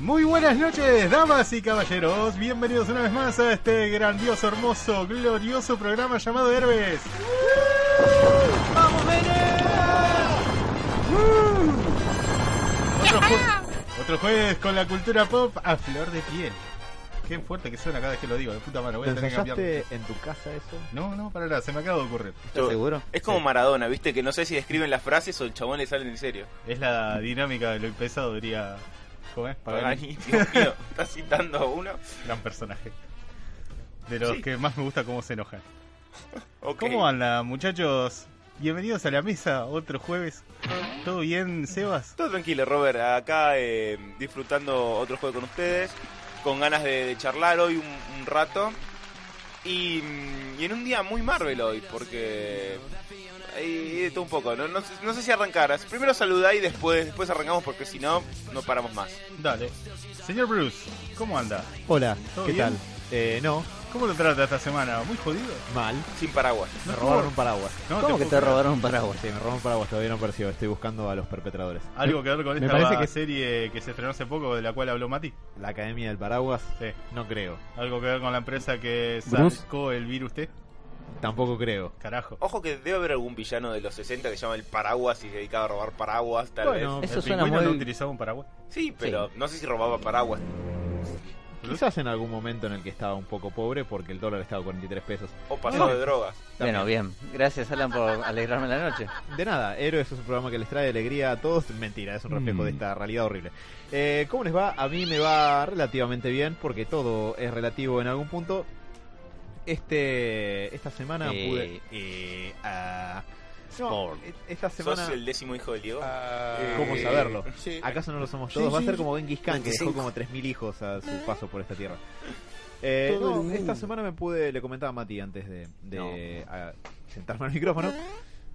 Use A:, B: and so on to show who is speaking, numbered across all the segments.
A: Muy buenas noches, damas y caballeros. Bienvenidos una vez más a este grandioso, hermoso, glorioso programa llamado Herbes.
B: ¡Vamos, Vene!
A: Otro, jue- otro jueves con la cultura pop a flor de piel. Qué fuerte que suena cada vez que lo digo, de puta mano. Voy
C: ¿Lo
A: a tener que ¿eh? cambiar.
C: ensayaste en tu casa eso?
A: No, no, para nada, se me acaba de ocurrir.
C: ¿Estás seguro?
B: Es como Maradona, viste, que no sé si describen las frases o el chabón le salen en serio.
A: Es la dinámica de lo pesado, diría. ¿Cómo es? Pagani.
B: Pagani, Dios mío, estás citando a uno.
A: Gran personaje. De los
B: Sí.
A: que más me gusta cómo se enojan.
B: Ok.
A: ¿Cómo anda, muchachos? Bienvenidos a la mesa, otro jueves. ¿Todo bien, Sebas?
B: Todo tranquilo, Robert. Acá eh, disfrutando otro juego con ustedes. Con ganas de, de charlar hoy un, un rato. Y, mm, y en un día muy Marvel hoy, porque. Ahí de todo un poco. No, no, sé- no sé si arrancaras. Primero saludá y después, después arrancamos, porque si no, no paramos más.
A: Dale. Señor Bruce, ¿cómo anda?
C: Hola,
A: ¿Todo
C: ¿qué
A: bien?
C: tal? Eh, no,
A: ¿Cómo lo trata esta semana? ¿Muy jodido?
C: mal.
B: Sin paraguas.
A: No
C: Me
A: estuvo-
C: robaron un paraguas.
A: No,
D: ¿Cómo que
A: puedo
D: te
A: creer.
D: robaron un paraguas?
C: Sí, me robaron un paraguas, todavía no apareció. Estoy buscando a los perpetradores.
A: Algo que ver con
C: Me
A: esta
C: parece que-
A: serie que se estrenó hace poco, de la cual habló Mati.
C: ¿La Academia del Paraguas? eh,
A: Sí.
C: No creo.
A: Algo que ver con la empresa que
D: Bruce.
A: sacó el virus T.
C: Tampoco creo.
A: Carajo.
B: Ojo que debe haber algún villano de los 60 que se llama el Paraguas y se dedicaba a robar paraguas, tal
C: Bueno,
A: ¿El
D: Eso suena
A: pingüino no
D: muy-
A: utilizaba un paraguas?
B: vez. Sí, pero no sé si robaba paraguas.
A: ¿Mm?
C: quizás en algún momento en el que estaba un poco pobre porque el dólar estaba a 43 pesos.
B: O pasado
C: Ah.
B: de drogas.
D: Bueno, bien. Gracias, Alan, por alegrarme la noche.
C: De nada, Héroes es un programa que les trae alegría a todos. Mentira, es un reflejo
A: Mm.
C: de esta realidad horrible. Eh, ¿Cómo les va? A mí me va relativamente bien porque todo es relativo en algún punto. Este, esta semana
D: Eh.
C: pude. eh, ah, no,
D: Sport.
C: e- esta semana.
B: ¿Sos el décimo hijo del Diego?
C: eh, ¿Cómo saberlo?
E: Sí.
C: ¿Acaso no lo somos
E: Sí,
C: todos? Va a
E: sí,
C: ser
E: sí.
C: como Genghis Khan, que dejó
E: 25.
C: como 3.000 hijos a su paso por esta tierra. Eh, no,
E: Todo el mundo.
C: esta semana me pude, le comentaba a Mati antes de, de, ah, sentarme al micrófono,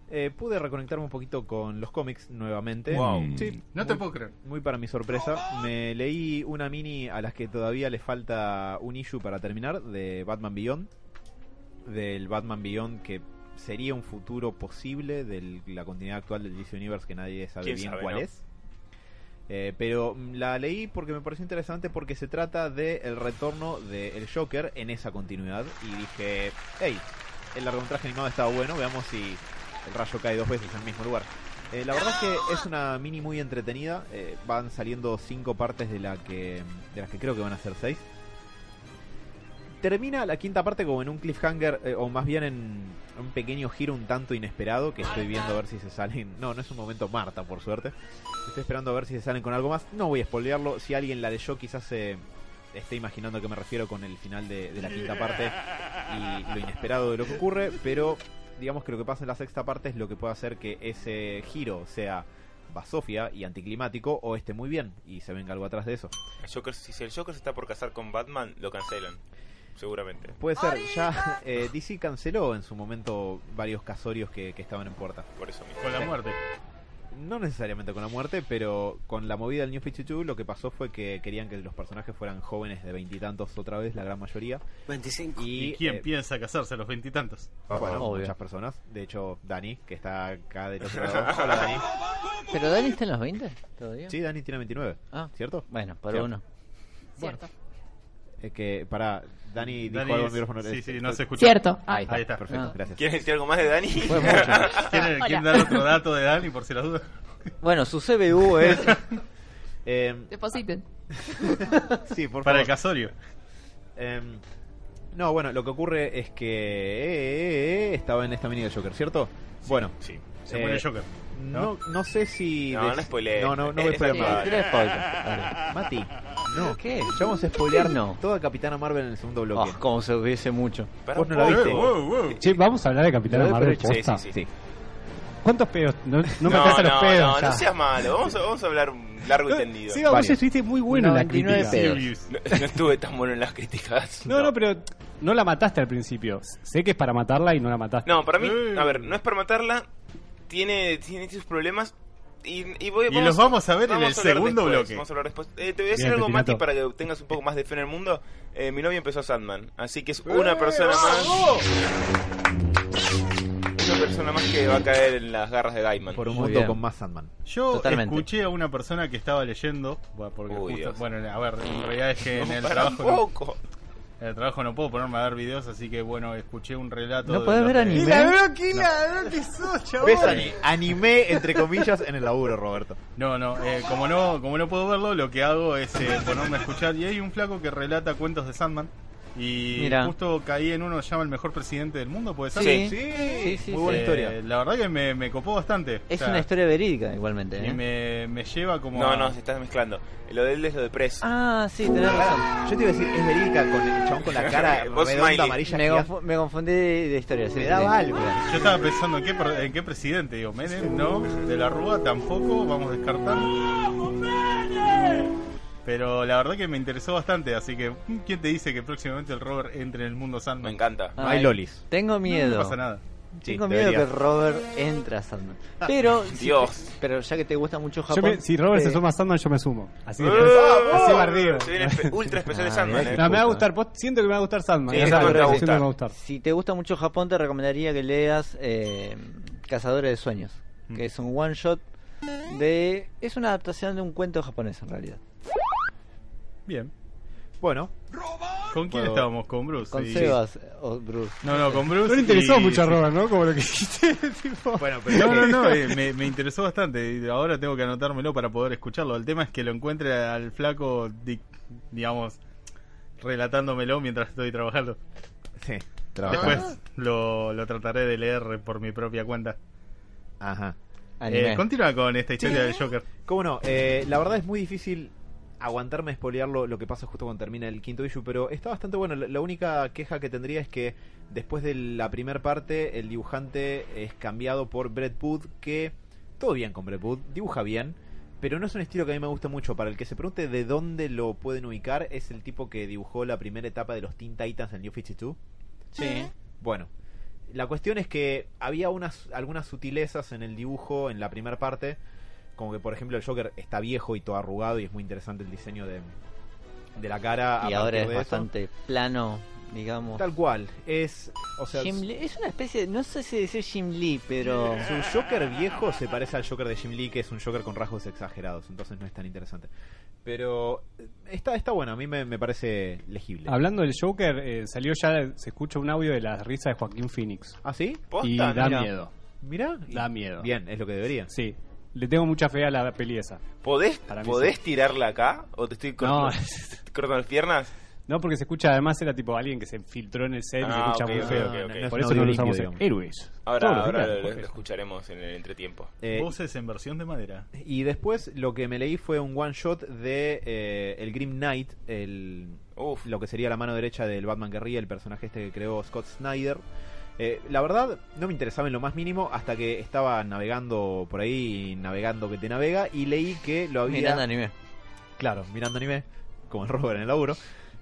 C: eh, pude reconectarme un poquito con los cómics nuevamente.
A: Wow.
C: Sí,
A: No te
C: muy-
A: puedo creer.
C: Muy para mi sorpresa, me leí una mini a las que todavía le falta un issue para terminar de Batman Beyond, del Batman Beyond que sería un futuro posible de la continuidad actual del DC Universe que nadie sabe
B: ¿Quién
C: bien
B: sabe,
C: cuál
B: no?
C: es. Eh, pero mm, la leí porque me pareció interesante porque se trata del el retorno del Joker en esa continuidad y dije, hey, el largometraje animado estaba bueno, veamos si el rayo cae dos veces en el mismo lugar. Eh, la verdad es que es una mini muy entretenida. eh, van saliendo cinco partes de, la que, de las que creo que van a ser seis. Termina la quinta parte como en un cliffhanger, eh, o más bien en un pequeño giro un tanto inesperado, que estoy viendo a ver si se salen... No, no es un momento Marta, por suerte. Estoy esperando a ver si se salen con algo más. No voy a spoilearlo. Si alguien la leyó, quizás se esté imaginando a qué me refiero con el final de, de la quinta parte y lo inesperado de lo que ocurre, pero digamos que lo que pasa en la sexta parte es lo que puede hacer que ese giro sea basofia y anticlimático o esté muy bien y se venga algo atrás de eso.
B: El Joker- si el Joker se está por casar con Batman, lo cancelan. Seguramente.
C: Puede ser, ya eh, DC canceló en su momento varios casorios que, que estaban en puerta.
B: Por eso mismo.
A: Con la muerte.
C: No necesariamente con la muerte, pero con la movida del New 52 lo que pasó fue que querían que los personajes fueran jóvenes de veintitantos otra vez, la gran mayoría.
E: 25.
C: ¿Y,
A: ¿Y, quién
C: eh,
A: piensa casarse a los veintitantos?
C: bueno,
D: Obvio.
C: muchas personas. De hecho, Dani, que está acá del otro lado. Hola, Dani.
D: ¿Pero Dani está en los 20 todavía?
C: Sí, Dani tiene 29,
D: Ah,
C: ¿cierto?
D: bueno, por
C: Cierto.
D: uno.
F: Cierto.
C: Es que, para Dani dijo
A: Dani
C: algo al
A: es-
C: micrófono.
A: Sí,
C: Es-
A: sí, no se escucha.
F: Cierto.
D: Ahí está.
A: Ahí está.
C: Perfecto,
D: Ah.
C: gracias.
B: ¿Quieres decir algo más de Dani?
D: Fue mucho.
A: ¿Quieren,
F: Hola.
A: quieren dar otro dato de Dani por si las dudas?
D: Bueno, su CBU es...
C: Eh,
F: Depositen.
C: sí, por
A: Para el
C: favor.
A: casorio.
C: Eh, no, bueno, lo que ocurre es que eh, eh, eh, estaba en esta mini del Joker, ¿cierto? Bueno,
B: Sí.
A: Se
C: Eh,
A: muere el Joker.
C: no, no sé si.
B: No, Eh,
C: des-
B: no spoilees.
C: No, no, no voy a
B: Es-
C: spoilear
B: es
C: nada.
B: actual.
D: Tira spoiler.
B: eh,
D: Dale.
C: Mati, no.
D: ¿Qué?
C: Ya vamos a spoilear
D: No.
C: toda Capitana Marvel en el segundo bloque.
D: Oh, como se hubiese mucho.
B: Para
C: Vos
B: un
C: no la
B: poco.
C: viste.
A: Eh, wow, wow.
G: Che, vamos a hablar de
D: Lo
G: Capitana
D: de
G: Marvel
D: Perich-
G: posta.
B: sí,
C: Sí.
G: ¿Cuántos pedos? No, no me
B: no,
G: alcanzan los
B: no,
G: pedos.
B: no,
G: ya.
B: no seas malo. Vamos a, vamos a hablar un largo y tendido.
G: Sí, vos
C: Varios.
G: estuviste muy bueno en la
D: 99
G: crítica.
D: pedos.
A: Serious.
B: No, no estuve tan bueno en las críticas.
G: No, no, pero no la mataste al principio. Sé que es para matarla y no la mataste.
B: No, para mí,
A: Eh.
B: a ver, no es para matarla. Tiene, tiene sus problemas. Y, y, voy-
A: Y los vamos a ver en el
B: hablar
A: segundo
B: después,
A: bloque.
B: Vamos a hablar después. Eh, te voy a decir
G: Bien,
B: algo,
G: Pepinato.
B: Mati, para que tengas un poco más de fe en el mundo. Eh, mi
A: ¡Eh,
B: novia empezó a Sandman, así que es una persona más. Una persona más que va a caer en las garras de Gaiman.
C: Por un
D: Muy
C: mundo
D: bien.
C: con más Sandman.
A: Yo
D: Totalmente.
A: escuché a una persona que estaba leyendo, bueno, porque
B: Uy,
A: justo-
B: Dios.
A: bueno, a ver, en realidad es que en
B: No,
A: el
B: para
A: trabajo no,
B: poco.
A: en el trabajo no puedo ponerme a ver videos, así que bueno, escuché un relato
D: ¿No
A: de
D: podés
A: lo
D: ver
A: que-
D: anime?
A: qué ladrón que sos, chabón.
C: ¿Ves ani- anime, entre comillas, en el laburo, Roberto?
A: No, no, eh, como no, como no puedo verlo, lo que hago es eh, ponerme a escuchar y hay un flaco que relata cuentos de Sandman y
D: Mirá.
A: justo caí en uno que se llama el mejor presidente del mundo, puede ser.
D: Sí.
C: Sí,
D: sí,
C: muy
D: sí.
C: buena
A: Eh,
C: historia.
A: La verdad que me, me copó bastante. O
D: Es
A: sea,
D: una historia verídica igualmente.
A: Y
D: ¿eh?
A: me, me lleva como.
B: No,
A: a-
B: no, se estás mezclando. Lo de él es lo de Press.
D: Ah, sí, tenés razón.
C: Yo te iba a decir, es verídica con el chabón con la cara
B: Vos,
C: redonda,
B: Miley.
C: amarilla,
D: Me,
C: gigante.
D: confu- me confundí de, de historia. sí,
C: Me
D: sí,
C: daba
D: sí.
C: algo.
A: Yo estaba pensando en qué, pre- en qué presidente, digo, Menem, no, de la Rúa tampoco, vamos a descartar. Pero la verdad que me interesó bastante, así que mm, ¿quién te dice que próximamente el Robert entre en el mundo
B: Me
A: Sandman?
B: encanta.
C: No hay
D: Ay,
C: lolis.
D: Tengo miedo.
A: No pasa nada.
C: Sí,
D: Tengo miedo
C: debería.
D: que Robert entre a Sandman. Pero, si
B: Dios.
D: te- pero ya que te gusta mucho
G: Yo
D: Japón. eh,
G: me- si Robert
D: te-
G: se suma a Sandman, yo me sumo. Así de
B: ¡Eh!
G: así barrido.
B: Se viene espe- ultra especial de
D: Ah,
B: Sandman,
D: mirá
B: eh.
G: No, me va a gustar. post- Siento que me va a gustar Sandman.
B: Sí,
G: Ya
B: Sandman
G: sabes,
B: te va a
G: siento que me va a
B: gustar.
G: gustar.
D: Si te gusta mucho Japón, te recomendaría que leas eh, Cazadores de Sueños,
C: Mm.
D: que es un one shot de. Es una adaptación de un cuento japonés en realidad.
A: Bien.
C: Bueno,
A: ¿Con quién
C: Puedo-
A: estábamos? Con Bruce.
D: Con
A: y-
D: Sebas o Bruce.
A: No, no, con Bruce.
G: No le interesó
A: y-
G: mucho a Robert, ¿no? Como lo que dijiste. tipo.
C: bueno, pero
A: No, no, no, eh, me, me interesó bastante. y Ahora tengo que anotármelo para poder escucharlo. El tema es que lo encuentre al flaco, di- digamos, relatándomelo mientras estoy trabajando.
C: Sí, trabajar.
A: Después lo, lo trataré de leer por mi propia cuenta.
C: Ajá.
D: Anime.
A: Eh, continúa con esta historia del Joker.
C: ¿Cómo no? Eh, la verdad es muy difícil aguantarme a spoilear lo, lo que pasa justo cuando termina el quinto issue, pero está bastante bueno. La, la única queja que tendría es que después de la primera parte, el dibujante es cambiado por Brett Wood, que todo bien con Brett Wood, dibuja bien, pero no es un estilo que a mí me gusta mucho. Para el que se pregunte de dónde lo pueden ubicar, es el tipo que dibujó la primera etapa de los Teen Titans en New 52.
D: Sí.
C: Bueno, la cuestión es que había unas, algunas sutilezas en el dibujo en la primera parte, como que por ejemplo el Joker está viejo y todo arrugado y es muy interesante el diseño de, de la cara. a
D: Y ahora
C: partir
D: es
C: de eso.
D: bastante plano, digamos.
C: Tal cual, es... O sea,
D: Jim Lee- es una especie, de- no sé si decir Jim Lee, pero
C: su Joker viejo se parece al Joker de Jim Lee, que es un Joker con rasgos exagerados, entonces no es tan interesante. Pero eh, está, está bueno, a mí me, me parece legible.
G: Hablando del Joker, eh, salió ya, se escucha un audio de la risa de Joaquín Phoenix.
C: ¿Ah, sí?
B: Posta,
G: y da
B: mira.
G: miedo.
C: Mira.
G: Da miedo.
C: Bien, es lo que debería.
G: Sí. Le tengo mucha fe a la peli esa.
B: ¿Podés,
G: Para mí
B: ¿podés
G: sí.
B: tirarla acá? ¿O te estoy cortando,
G: No,
B: te cortando las piernas?
G: no porque se escucha, además era tipo alguien que se filtró en el set
B: Ah,
G: y se escucha
B: ok,
G: muy
B: ok,
G: feo.
B: ok, ok. No es
C: un
G: Por eso no
C: audio
G: lo
C: limpio,
G: usamos
C: digamos.
G: en Héroes. Todos
B: Ahora,
G: los
B: ahora
G: días,
B: lo,
G: por
B: lo
G: eso.
B: escucharemos en el entretiempo.
C: Eh,
A: Voces en versión de madera.
C: Y después lo que me leí fue un one shot de eh, el Grim Knight, el,
B: Uf,
C: lo que sería la mano derecha del Batman que ríe, el personaje este que creó Scott Snyder. Eh, la verdad, no me interesaba en lo más mínimo hasta que estaba navegando por ahí, navegando que te navega, y leí que lo había...
D: mirando anime.
C: Claro, mirando anime, como el Robert en el laburo.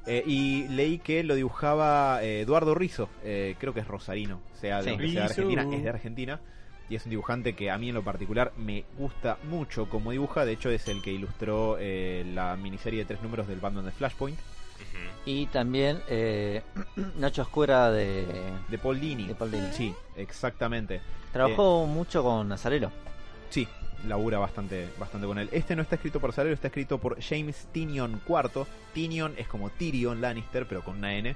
C: Eh, y leí que lo dibujaba eh, Eduardo Rizzo, eh, creo que es rosarino, sea de,
D: Sí.
C: donde sea de
A: Rizzo.
C: Argentina, es de Argentina. Y es un dibujante que a mí en lo particular me gusta mucho como dibuja. De hecho, es el que ilustró eh, la miniserie de tres números del Batman de Flashpoint,
B: ujú.
D: Y también eh, Noche Oscura de...
C: de Paul Dini.
D: De Paul Dini.
C: Sí, exactamente.
D: Trabajó mucho con Nazarelo.
C: Sí, labura bastante, bastante con él. Este no está escrito por Salero, está escrito por James Tinion IV. Tinion es como Tyrion Lannister, pero con una N.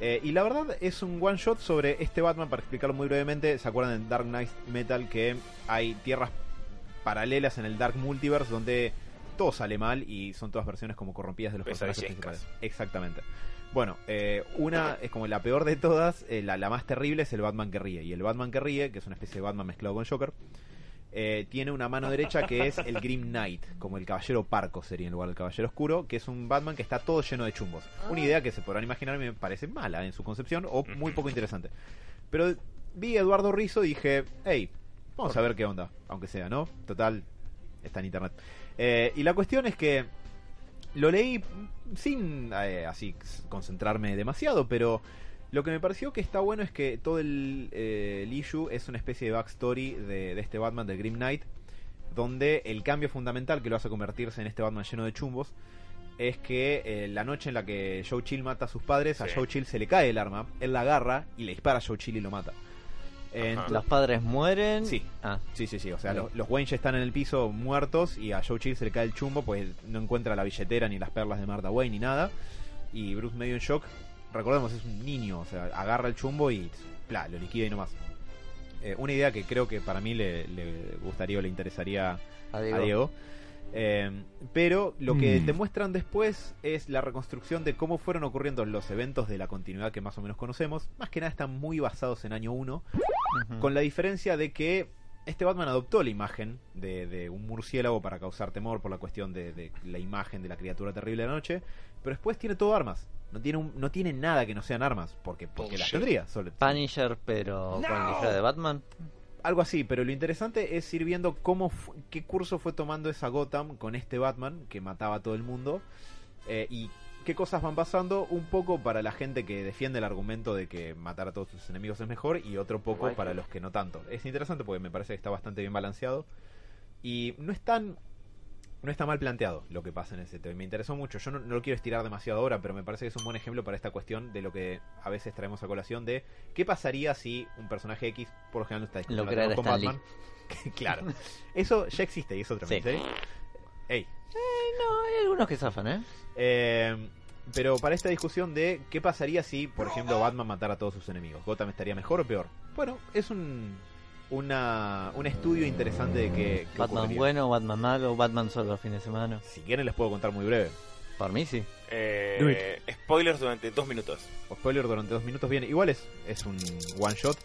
C: Eh, y la verdad es un one shot sobre este Batman, para explicarlo muy brevemente. ¿Se acuerdan en Dark Knight Metal que hay tierras paralelas en el Dark Multiverse donde todo sale mal y son todas versiones como corrompidas de los personajes
B: Pesadillescas.
C: principales? Exactamente. Bueno, eh, una es como la peor de todas, eh, la, la más terrible es el Batman que ríe. Y el Batman que ríe, que es una especie de Batman mezclado con Joker, eh, tiene una mano derecha que es el Grim Knight, como el caballero parco sería en lugar del caballero oscuro, que es un Batman que está todo lleno de chumbos. Una idea que se podrán imaginar me parece mala en su concepción o muy poco interesante. Pero vi a Eduardo Rizzo y dije, hey, vamos a ver qué onda, aunque sea, ¿no? Total, está en internet. Eh, y la cuestión es que lo leí sin eh, así concentrarme demasiado, pero lo que me pareció que está bueno es que todo el, eh, el issue es una especie de backstory de, de este Batman de Grim Knight, donde el cambio fundamental que lo hace convertirse en este Batman lleno de chumbos es que eh, la noche en la que Joe Chill mata a sus padres, a
B: Sí.
C: Joe Chill se le cae el arma, él la agarra y le dispara a Joe Chill y lo mata. En-
B: Ajá.
D: Los padres mueren.
C: Sí.
D: Ah,
C: Sí, sí, sí. O sea, los, los Wayne ya están en el piso muertos y a Joe Chill se le cae el chumbo, pues no encuentra la billetera ni las perlas de Martha Wayne ni nada. Y Bruce medio en shock, recordemos, es un niño, o sea, agarra el chumbo y pla, lo liquida y nomás. Eh, una idea que creo que para mí le, le gustaría o le interesaría
D: adiós.
C: a Diego. Eh, pero lo que
G: Mm.
C: te muestran después es la reconstrucción de cómo fueron ocurriendo los eventos de la continuidad que más o menos conocemos. Más que nada están muy basados en año 1,
D: Ujú.
C: con la diferencia de que este Batman adoptó la imagen de, de un murciélago para causar temor por la cuestión de, de la imagen de la criatura terrible de la noche, pero después tiene todo armas. No tiene, un- no tiene nada que no sean armas, porque, porque las
B: Bullshit.
C: tendría. solo-
D: Punisher, pero con el disfraz de Batman.
C: algo así, pero lo interesante es ir viendo cómo fu- qué curso fue tomando esa Gotham con este Batman que mataba a todo el mundo eh, y qué cosas van pasando un poco para la gente que defiende el argumento de que matar a todos tus enemigos es mejor y otro poco para los que no tanto. Es interesante porque me parece que está bastante bien balanceado y no es tan no está mal planteado lo que pasa en ese tema. Me interesó mucho. Yo no, no lo quiero estirar demasiado ahora, pero me parece que es un buen ejemplo para esta cuestión de lo que a veces traemos a colación de qué pasaría si un personaje X, por lo general, no está discutiendo
D: Lo creara
C: con
D: Stan
C: Batman. claro. Eso ya existe y es otro
D: Sí.
C: misterio. Ey.
D: No, hay algunos que zafan, ¿eh?
C: Eh, pero para esta discusión de qué pasaría si, por ejemplo, Batman matara a todos sus enemigos, Gotham estaría mejor o peor. Bueno, es un una, un estudio interesante de que, que
D: Batman
C: ocurriría.
D: bueno, Batman malo, Batman solo los fines de semana.
C: Si quieren les puedo contar muy breve.
D: Por mí sí.
B: Eh,
G: Do it.
B: spoilers durante dos minutos.
C: o spoiler durante dos minutos bien igual es, es un one shot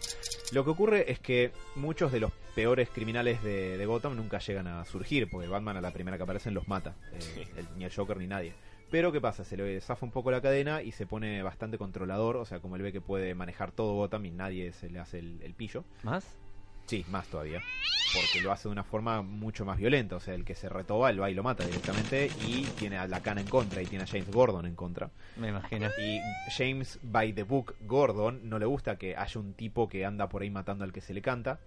C: lo que ocurre es que muchos de los peores criminales de, de Gotham nunca llegan a surgir porque Batman a la primera que aparecen los mata eh,
B: Sí.
C: el- ni el Joker ni nadie pero qué pasa se le zafa un poco la cadena y se pone bastante controlador o sea como él ve que puede manejar todo Gotham y nadie se le hace el- el pillo
D: ¿Más?
C: Sí, más todavía. Porque lo hace de una forma mucho más violenta. O sea, el que se retoba, el va y lo mata directamente. Y tiene a la cana en contra. Y tiene a James Gordon en contra.
D: Me imagino.
C: Y James, by the book, Gordon, no le gusta que haya un tipo que anda por ahí matando al que se le canta.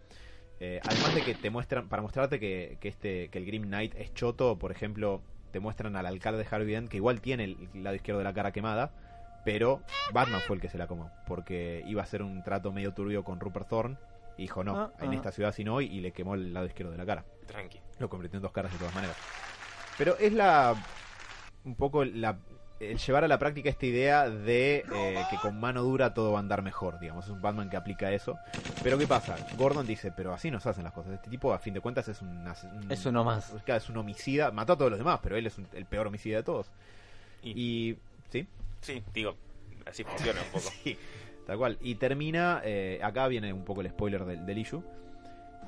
C: Eh, además de que te muestran, para mostrarte que, que este, que el Grim Knight es choto, por ejemplo, te muestran al alcalde de Harvey Dent, que igual tiene el lado izquierdo de la cara quemada, pero Batman fue el que se la comió, porque iba a hacer un trato medio turbio con Rupert Thorne, y dijo no,
D: Ah,
C: en
D: ah.
C: esta ciudad sino hoy, y le quemó el lado izquierdo de la cara
B: Tranqui.
C: lo convirtió en dos caras de todas maneras. Pero es la. un poco la. El llevar a la práctica esta idea de eh, que con mano dura todo va a andar mejor, digamos, es un Batman que aplica eso. Pero ¿qué pasa? Gordon dice, pero así nos hacen las cosas. Este tipo, a fin de cuentas, es un, as- un-
D: Es uno más.
C: Claro, es un homicida. Mató a todos los demás, pero él es un- el peor homicida de todos. Y, sí,
B: Sí, digo, así funciona un poco.
C: Sí, tal cual. Y termina, eh, acá viene un poco el spoiler del, del issue.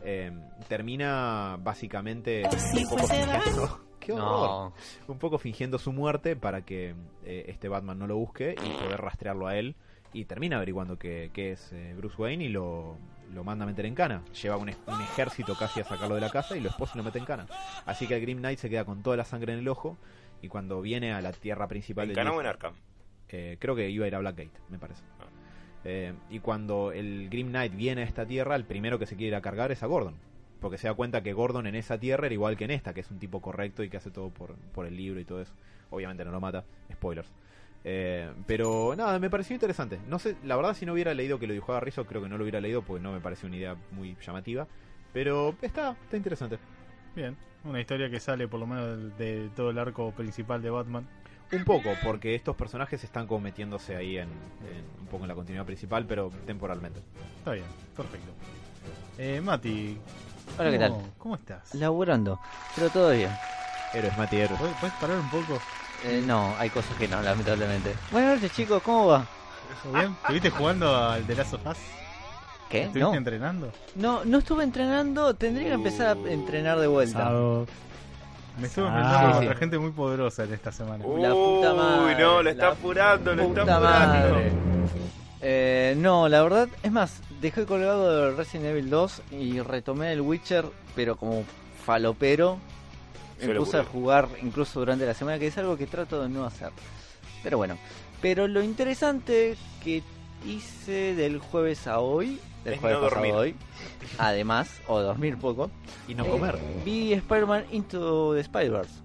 C: Eh, termina básicamente un poco fingiendo. ¡Qué horror!
D: No.
C: Un poco fingiendo su muerte para que eh, este Batman no lo busque y poder rastrearlo a él. Y termina averiguando que, que es eh, Bruce Wayne y lo, lo manda a meter en cana. Lleva un, ej- un ejército casi a sacarlo de la casa y lo esposa y lo mete en cana. Así que el Grim Knight se queda con toda la sangre en el ojo. Y cuando viene a la tierra principal
B: ¿En
C: del
B: Cana o en Arkham?
C: eh, creo que iba a ir a Blackgate, me parece.
B: Ah.
C: Eh, y cuando el Grim Knight viene a esta tierra, el primero que se quiere ir a cargar es a Gordon. Porque se da cuenta que Gordon en esa tierra era igual que en esta, que es un tipo correcto y que hace todo por, por el libro y todo eso. Obviamente no lo mata, spoilers. Eh, pero nada, me pareció interesante. No sé, la verdad, si no hubiera leído que lo dibujaba Rizzo, creo que no lo hubiera leído porque no me pareció una idea muy llamativa. Pero está, está interesante.
A: Bien, una historia que sale por lo menos del- de, todo el arco principal de Batman.
C: Un poco, porque estos personajes están como metiéndose ahí en, en- un poco en la continuidad principal, pero temporalmente.
A: Está bien, perfecto. Eh, Mati.
D: Hola, ¿qué
A: ¿cómo-
D: tal?
A: ¿Cómo estás?
D: Laburando. Pero todo bien.
C: Héroes, Mati, héroes.
A: ¿Puedes puedes parar un poco?
D: Eh, no, hay cosas que no, lamentablemente. Buenas noches, chicos, ¿cómo va?
A: ¿Todo bien? ¿Estuviste jugando al The Last of Us?
D: ¿Qué?
A: ¿Estuviste
D: No,
A: entrenando?
D: no, no estuve entrenando, tendría que empezar a entrenar de vuelta.
G: Sábado.
A: Me estuve
G: Ah,
A: enfrentando
D: sí,
A: contra
D: sí.
A: gente muy poderosa en esta semana.
D: La puta madre,
B: Uy, no, lo está
D: la
B: apurando, lo está
D: puta
B: apurando.
D: madre. Eh, no, la verdad, es más, dejé colgado el Resident Evil 2 y retomé el Witcher, pero como falopero.
B: Se
D: Me
B: le
D: puse a
B: ocurrió.
D: jugar incluso durante la semana, que es algo que trato de no hacer. Pero bueno, pero lo interesante que hice del jueves a hoy, del
B: Es
D: jueves
B: no
D: pasado a
B: dormir.
D: hoy, además, o dormir poco,
C: Y no
D: Eh,
C: comer.
D: vi Spider-Man Into the Spider-Verse.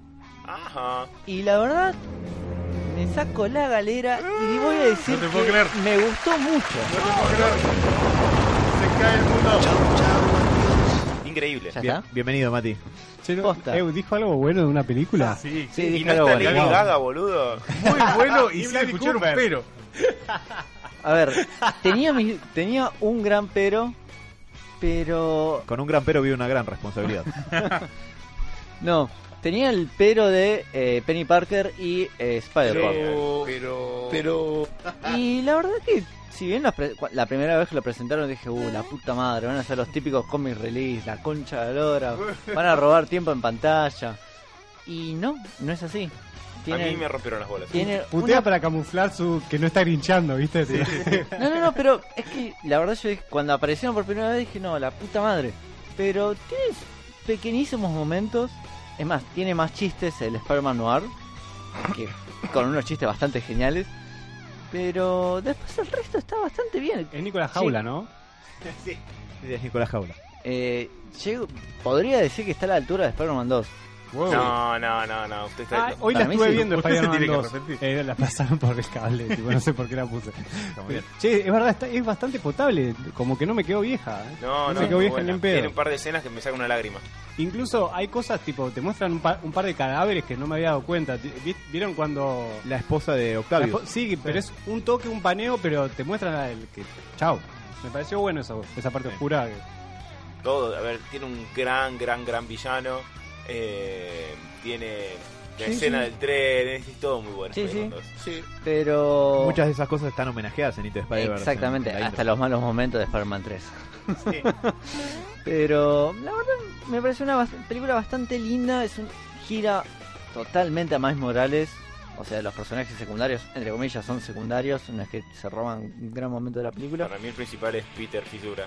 B: Ajá.
D: Y la verdad, me saco la galera y voy a decir
A: No te puedo
D: que
A: creer.
D: me gustó mucho.
A: Se cae el mundo
B: Increíble.
D: Ya
C: Bien-
D: está.
C: bienvenido, Mati.
G: Che, no,
D: Posta.
G: eh, ¿Dijo algo bueno de una película?
A: Sí,
D: Sí,
B: Y
D: dije
B: no
D: algo
B: está
D: bueno.
B: Lady Gaga, boludo.
A: muy bueno y
G: Y
A: sin
G: Bradley
A: escuchar un
G: Cooper.
A: pero.
D: A ver, tenía, mi- tenía un gran pero, pero
C: Con un gran pero vi una gran responsabilidad.
D: No, tenía el pero de eh, Penny Parker y eh, Spider-Man.
E: Pero,
B: Pero.
E: pero
D: Y la verdad que, si bien la, pre- cua- la primera vez que lo presentaron dije, uh, la puta madre, van a ser los típicos comic release, la concha de la lora, van a robar tiempo en pantalla. Y no, no es así.
B: A
D: Tiene,
B: mí me rompieron las bolas.
D: tiene
G: Putea
D: una-
G: para camuflar su que no está grinchando, ¿viste?
D: No, no, no, pero es que la verdad yo dije, cuando aparecieron por primera vez dije, no, la puta madre. Pero tiene pequeñísimos momentos. Es más, tiene más chistes el Spider-Man Noir, que con unos chistes bastante geniales. Pero después el resto está bastante bien.
G: Es Nicolás Jaula,
D: Sí.
G: ¿no?
C: Es Nicolás Jaula.
D: Eh, llego- podría decir que está a la altura de Spider-Man 2.
B: No, no, no, no. Usted está.
G: Ah, hoy la
D: Para mí
G: estuve
D: sí.
G: viendo
A: Usted se
G: Spider-Man
A: tiene que
G: 2.
A: arrepentir.
G: Eh, la pasaron por el cable, tipo, no sé por qué la puse.
C: Está muy bien.
G: Che, es verdad, está- es bastante potable, como que no me quedó vieja. ¿eh?
B: No,
G: No
B: no,
G: se quedó
B: muy
G: vieja
B: buena.
G: ni en pedo.
B: Tiene un par de escenas que me sacan una lágrima.
G: Incluso hay cosas, tipo, te muestran un par, un par de cadáveres que no me había dado cuenta. Ti- vi- ¿Vieron cuando...?
C: La esposa de
G: la
C: Octavio.
G: po- sí, pero es un toque, un paneo, pero te muestran el que... Chao. Me pareció bueno eso, esa parte
C: Sí.
G: oscura. que-
B: Todo. A ver, tiene un gran, gran, gran villano. Eh, tiene la
D: Sí,
B: escena
D: sí.
B: del tren. Es todo muy bueno.
D: Sí,
B: Spider-Man
D: sí.
B: 2.
E: sí.
D: Pero...
C: Muchas de esas cosas están homenajeadas en Into the Spider-Verse.
D: Exactamente,
C: en la
D: hasta
C: intro.
D: los malos momentos de Spider-Man 3. Pero la verdad me parece una bas- película bastante linda, es un gira totalmente a Miles Morales, o sea, los personajes secundarios, entre comillas, son secundarios, no es que se roban un gran momento de la película.
B: Para mí el principal es Peter Fisura.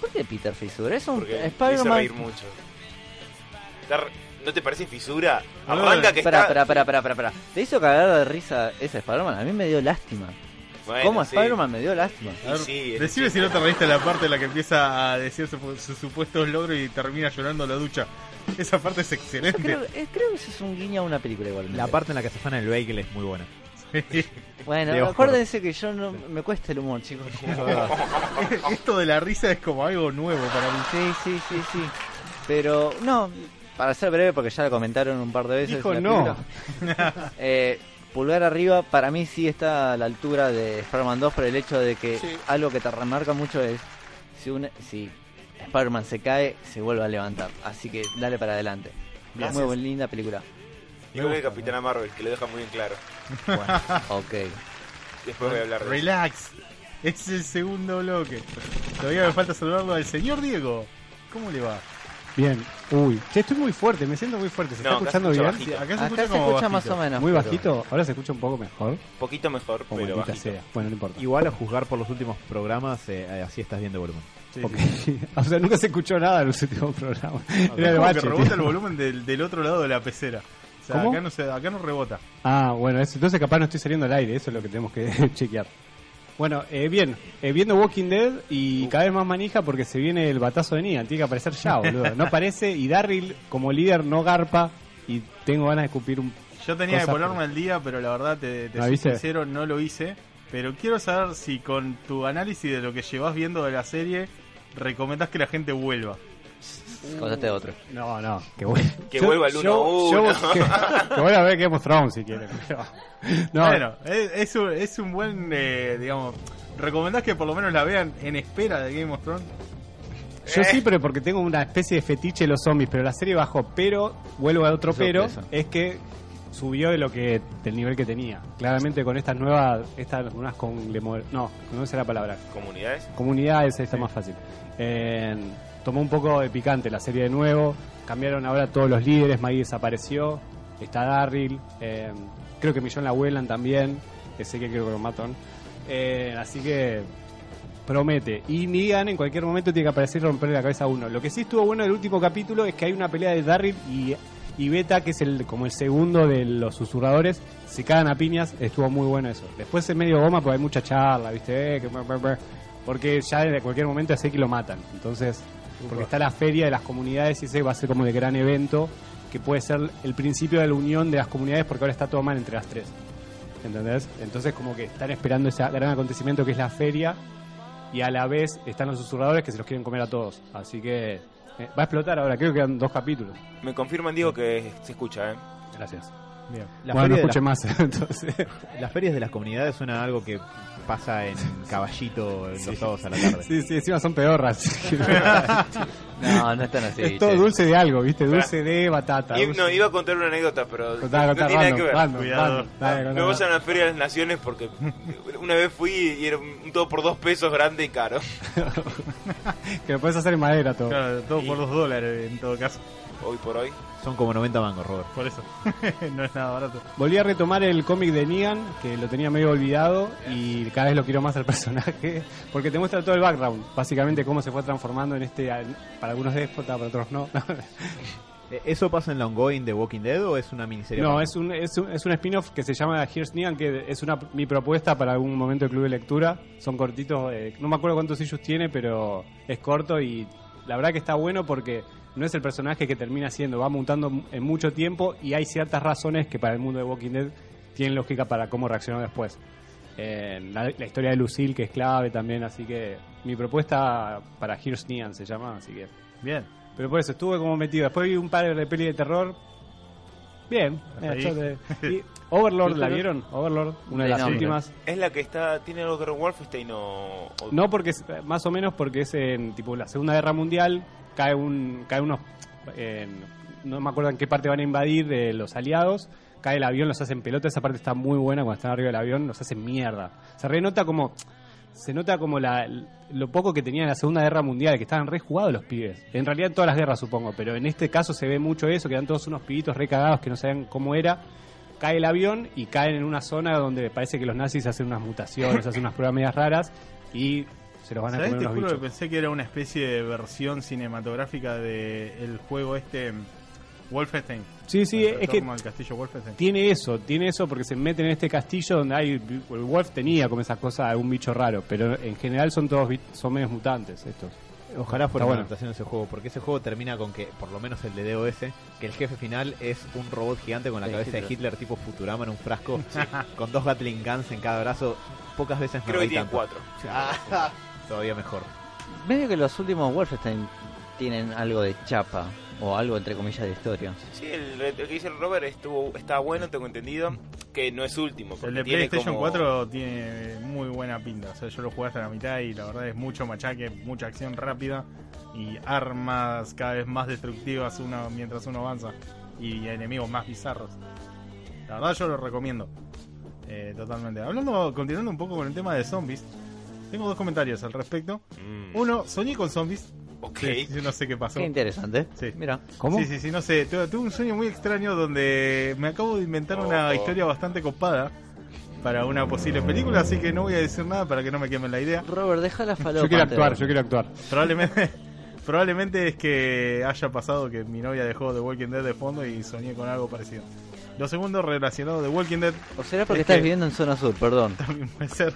D: ¿Por qué Peter Fisher? Es un
B: Porque me hizo
D: Spider-Man...
B: reír mucho. Está re- ¿No te parece fisura?
A: Boludo,
B: Arranca que
D: Espera,
B: está...
D: espera, espera, espera, espera. ¿Te hizo cagar de risa ese Spider-Man? A mí me dio lástima.
B: Bueno,
D: ¿Cómo
B: sí.
D: Spider-Man me dio lástima?
A: A ver,
B: Sí, es-
A: decime si no te reíste la parte en la que empieza a decir su- sus supuestos logros y termina llorando en la ducha. Esa parte es excelente.
D: Creo, eh, creo que eso es un guiño a una película igual.
C: La parte en la que se fana el bagel es muy buena.
D: Bueno,
C: de Oscar.
D: acuérdense que yo no me cuesta el humor, chicos.
A: Esto de la risa es como algo nuevo para mí.
D: Sí, sí, sí, sí. Pero no, para ser breve, porque ya lo comentaron un par de veces.
G: Dijo
D: la
G: no.
D: película. Eh, pulgar arriba, para mí sí está a la altura de Spider-Man 2 por el hecho de que
E: Sí.
D: algo que te remarca mucho es si, un, si Spider-Man se cae, se vuelve a levantar. Así que dale para adelante.
B: Gracias.
D: Muy buena, linda película.
B: Igual que Capitana Marvel, que lo deja muy en claro.
A: Ah.
D: Ok.
B: Después voy a hablar de eso.
A: Relax. Es el segundo bloque. Todavía me falta saludarlo al señor Diego. ¿Cómo le va?
G: Bien. Uy. Che, estoy muy fuerte, me siento muy fuerte. ¿Se
B: No, acá
G: está
B: se
G: escuchando
B: escucha
G: bien?
B: bajito.
A: Acá se
D: Acá
A: escucha
D: se
A: como
D: escucha
A: bajito.
D: más o menos.
G: Muy
D: pero-
G: bajito. Ahora se escucha un poco mejor.
B: Poquito mejor,
D: Oh,
G: O
B: pero
G: maldita
B: bajito.
G: sea. Bueno, no importa.
C: Igual a juzgar por los últimos programas, eh, así estás bien de volumen.
A: Sí, sí.
G: Ok. o sea, nunca se escuchó nada en los últimos programas. Era
A: Es
G: el
A: como
G: bache.
A: que rebota
G: tío.
A: el volumen del, del otro lado de la pecera. O sea,
G: ¿Cómo?
A: acá no, se, acá no rebota.
G: Ah, bueno, eso- entonces capaz no estoy saliendo al aire, eso es lo que tenemos que chequear. Bueno, eh, bien, eh, viendo Walking Dead y cada vez más manija porque se viene el batazo de Negan, tiene que aparecer ya, boludo. No aparece y Darryl como líder no garpa y tengo ganas de escupir un...
A: Yo tenía que
G: Cosas
A: ponerme al día, pero la verdad, te, te soy
G: ¿Me avise?
A: sincero, no lo hice. Pero quiero saber si con tu análisis de lo que llevas viendo de la serie, recomendás que la gente vuelva. Uh.
D: Contate otro.
G: No, no, que vuelva.
B: Que vuelva el
G: yo- yo-
B: 1-1.
G: que, que vuelva a ver Game of Thrones si quieren. pero- No,
A: Bueno, es, es un, es un buen, eh, digamos... ¿Recomendás que por lo menos la vean en espera de Game of Thrones?
G: Yo sí, pero porque tengo una especie de fetiche de los zombies, pero la serie bajó. Pero, vuelvo a otro
D: Qué
G: pero,
D: sorpresa.
G: es que subió de lo que del nivel que tenía. Claramente con estas nuevas, estas unas con no, no sé la palabra.
B: Comunidades.
G: Comunidades está más fácil. Eh, tomó un poco de picante la serie de nuevo. Cambiaron ahora todos los líderes. Maggie desapareció. Está Darryl. eh, creo que Millón la vuelan también. que Sé que creo que lo matan. Eh, así que promete. Y Negan en cualquier momento tiene que aparecer y romperle la cabeza a uno. Lo que sí estuvo bueno del último capítulo es que hay una pelea de Darryl y, y Beta, que es el como el segundo de los susurradores. Se cagan a piñas, estuvo muy bueno eso. Después en medio goma, pues hay mucha charla, ¿viste? Eh, que bla, bla, bla. porque ya desde cualquier momento sé que lo matan. Entonces, porque está la feria de las comunidades y ese va a ser como el gran evento que puede ser el principio de la unión de las comunidades porque ahora está todo mal entre las tres. ¿Entendés? Entonces como que están esperando ese gran acontecimiento que es la feria y a la vez están los susurradores que se los quieren comer a todos. Así que eh, va a explotar ahora, creo que quedan dos capítulos.
B: Me confirman, Diego, que se escucha, ¿eh?
G: Gracias.
C: La
G: bueno, no
C: feria de
G: escuché más, entonces.
C: Las ferias de las comunidades suena a algo que pasa en caballito en los sábados a la tarde.
G: Sí, sí, encima son pedorras.
D: No, no están así.
G: es todo
D: che.
G: dulce de algo, ¿viste? Dulce de batata.
B: Y-
G: dulce-
B: no, iba a contar una anécdota, pero
G: Contá,
B: no
G: contá,
B: tiene nada que
G: random,
B: ver.
G: random,
A: Cuidado.
G: random. Dale, contá,
B: Me voy a
G: contá.
B: la Feria de las Naciones porque una vez fui y era un un todo por dos pesos grande y caro.
G: Que lo puedes hacer en madera todo.
A: Claro, todo por dos dólares en todo caso.
B: Hoy por hoy.
C: Son como 90 mangos, Robert.
A: Por eso. no es nada barato.
G: Volví a retomar el cómic de Negan, que lo tenía medio olvidado, y cada vez lo quiero más al personaje, porque te muestra todo el background, básicamente cómo se fue transformando en este, al- para algunos déspota, para otros no.
C: Eh, ¿Eso pasa en la ongoing de Walking Dead o es una miniserie?
G: no,
C: aparte?
G: es un, es un, es un spin-off que se llama Here's Negan, que es una, mi propuesta para algún momento de club de lectura. Son cortitos, eh, no me acuerdo cuántos issues tiene, pero es corto y la verdad que está bueno porque no es el personaje que termina siendo, va mutando en mucho tiempo y hay ciertas razones que para el mundo de Walking Dead tienen lógica para cómo reaccionó después. Eh, la, la historia de Lucille, que es clave también, así que mi propuesta para Here's Negan se llama, así que
A: Bien.
G: pero por eso estuve como metido. Después vi un par de peli de terror. Bien.
A: Hasta
G: eh, yo
A: ahí.
G: te- y Overlord, ¿la vieron? Overlord, una de
D: De
G: las
D: nombre.
G: últimas.
B: ¿Es la que está tiene algo que ver con Wolfenstein o...? o-
G: No, porque es, eh, más o menos porque es en tipo la Segunda Guerra Mundial. Cae un, cae unos, en- no me acuerdo en qué parte van a invadir de los aliados. Cae el avión, los hacen pelota. Esa parte está muy buena cuando están arriba del avión, los hacen mierda. Se renota como, se nota como la, lo poco que tenían en la Segunda Guerra Mundial, que estaban rejugados los pibes. En realidad en todas las guerras supongo, pero en este caso se ve mucho eso, que eran todos unos pibitos recagados que no sabían cómo era. Cae el avión y caen en una zona donde parece que los nazis hacen unas mutaciones, hacen unas pruebas medias raras y se los van a
A: ¿Sabés? Te
G: comer unos
A: juro que
G: bichos.
A: pensé que era una especie de versión cinematográfica del juego este mm, Wolfenstein.
G: Sí, sí,
A: El
G: es que
A: retorno al castillo Wolfenstein.
G: tiene eso, tiene eso porque se meten en este castillo donde hay el Wolf tenía como esas cosas, un bicho raro, pero en general son todos bit- son medios mutantes estos.
C: Ojalá fuera
G: Está
C: una
G: bueno.
C: adaptación de ese juego, porque ese juego termina con que, por lo menos el de DOS, que el jefe final es un robot gigante con la
D: Sí,
C: cabeza de Hitler tipo Futurama en un frasco, con dos Gatling Guns en cada brazo. Pocas veces me
B: Creo que
C: reí
B: tiene
C: tanto.
B: cuatro.
C: Ah, Todavía mejor.
D: Medio que los últimos Wolfenstein tienen algo de chapa o algo entre comillas de historia.
B: Sí, el, el que dice el Robert estuvo, está bueno, tengo entendido. Que no es último. porque
A: El de
B: tiene
A: PlayStation
B: como-
A: 4 tiene muy buena pinta. O sea, yo lo jugué hasta la mitad y la verdad es mucho machaque, mucha acción rápida y armas cada vez más destructivas uno, mientras uno avanza y enemigos más bizarros. La verdad yo lo recomiendo. Eh, totalmente. Hablando, continuando un poco con el tema de zombies, tengo dos comentarios al respecto.
B: Mm,
G: Uh,
A: Uno, soñé con zombies.
B: ok.
A: Sí, sí, no sé qué pasó.
D: Qué interesante.
A: Sí.
D: Mira,
G: ¿Cómo?
A: Sí, sí, sí, no sé. Tuve, tuve un sueño muy extraño donde me acabo de inventar una
B: Oh.
A: historia bastante copada para una posible película, así que no voy a decir nada para que no me quemen la idea.
D: Robert, deja la falopa.
G: Yo quiero
D: antes de
G: actuar,
D: dormir.
G: yo quiero actuar.
A: Probablemente, probablemente es que haya pasado que mi novia dejó The Walking Dead de fondo y soñé con algo parecido. Lo segundo relacionado de Walking Dead
D: O será porque
A: Es
D: estás
A: que-
D: viviendo en zona sur, perdón.
A: también puede ser.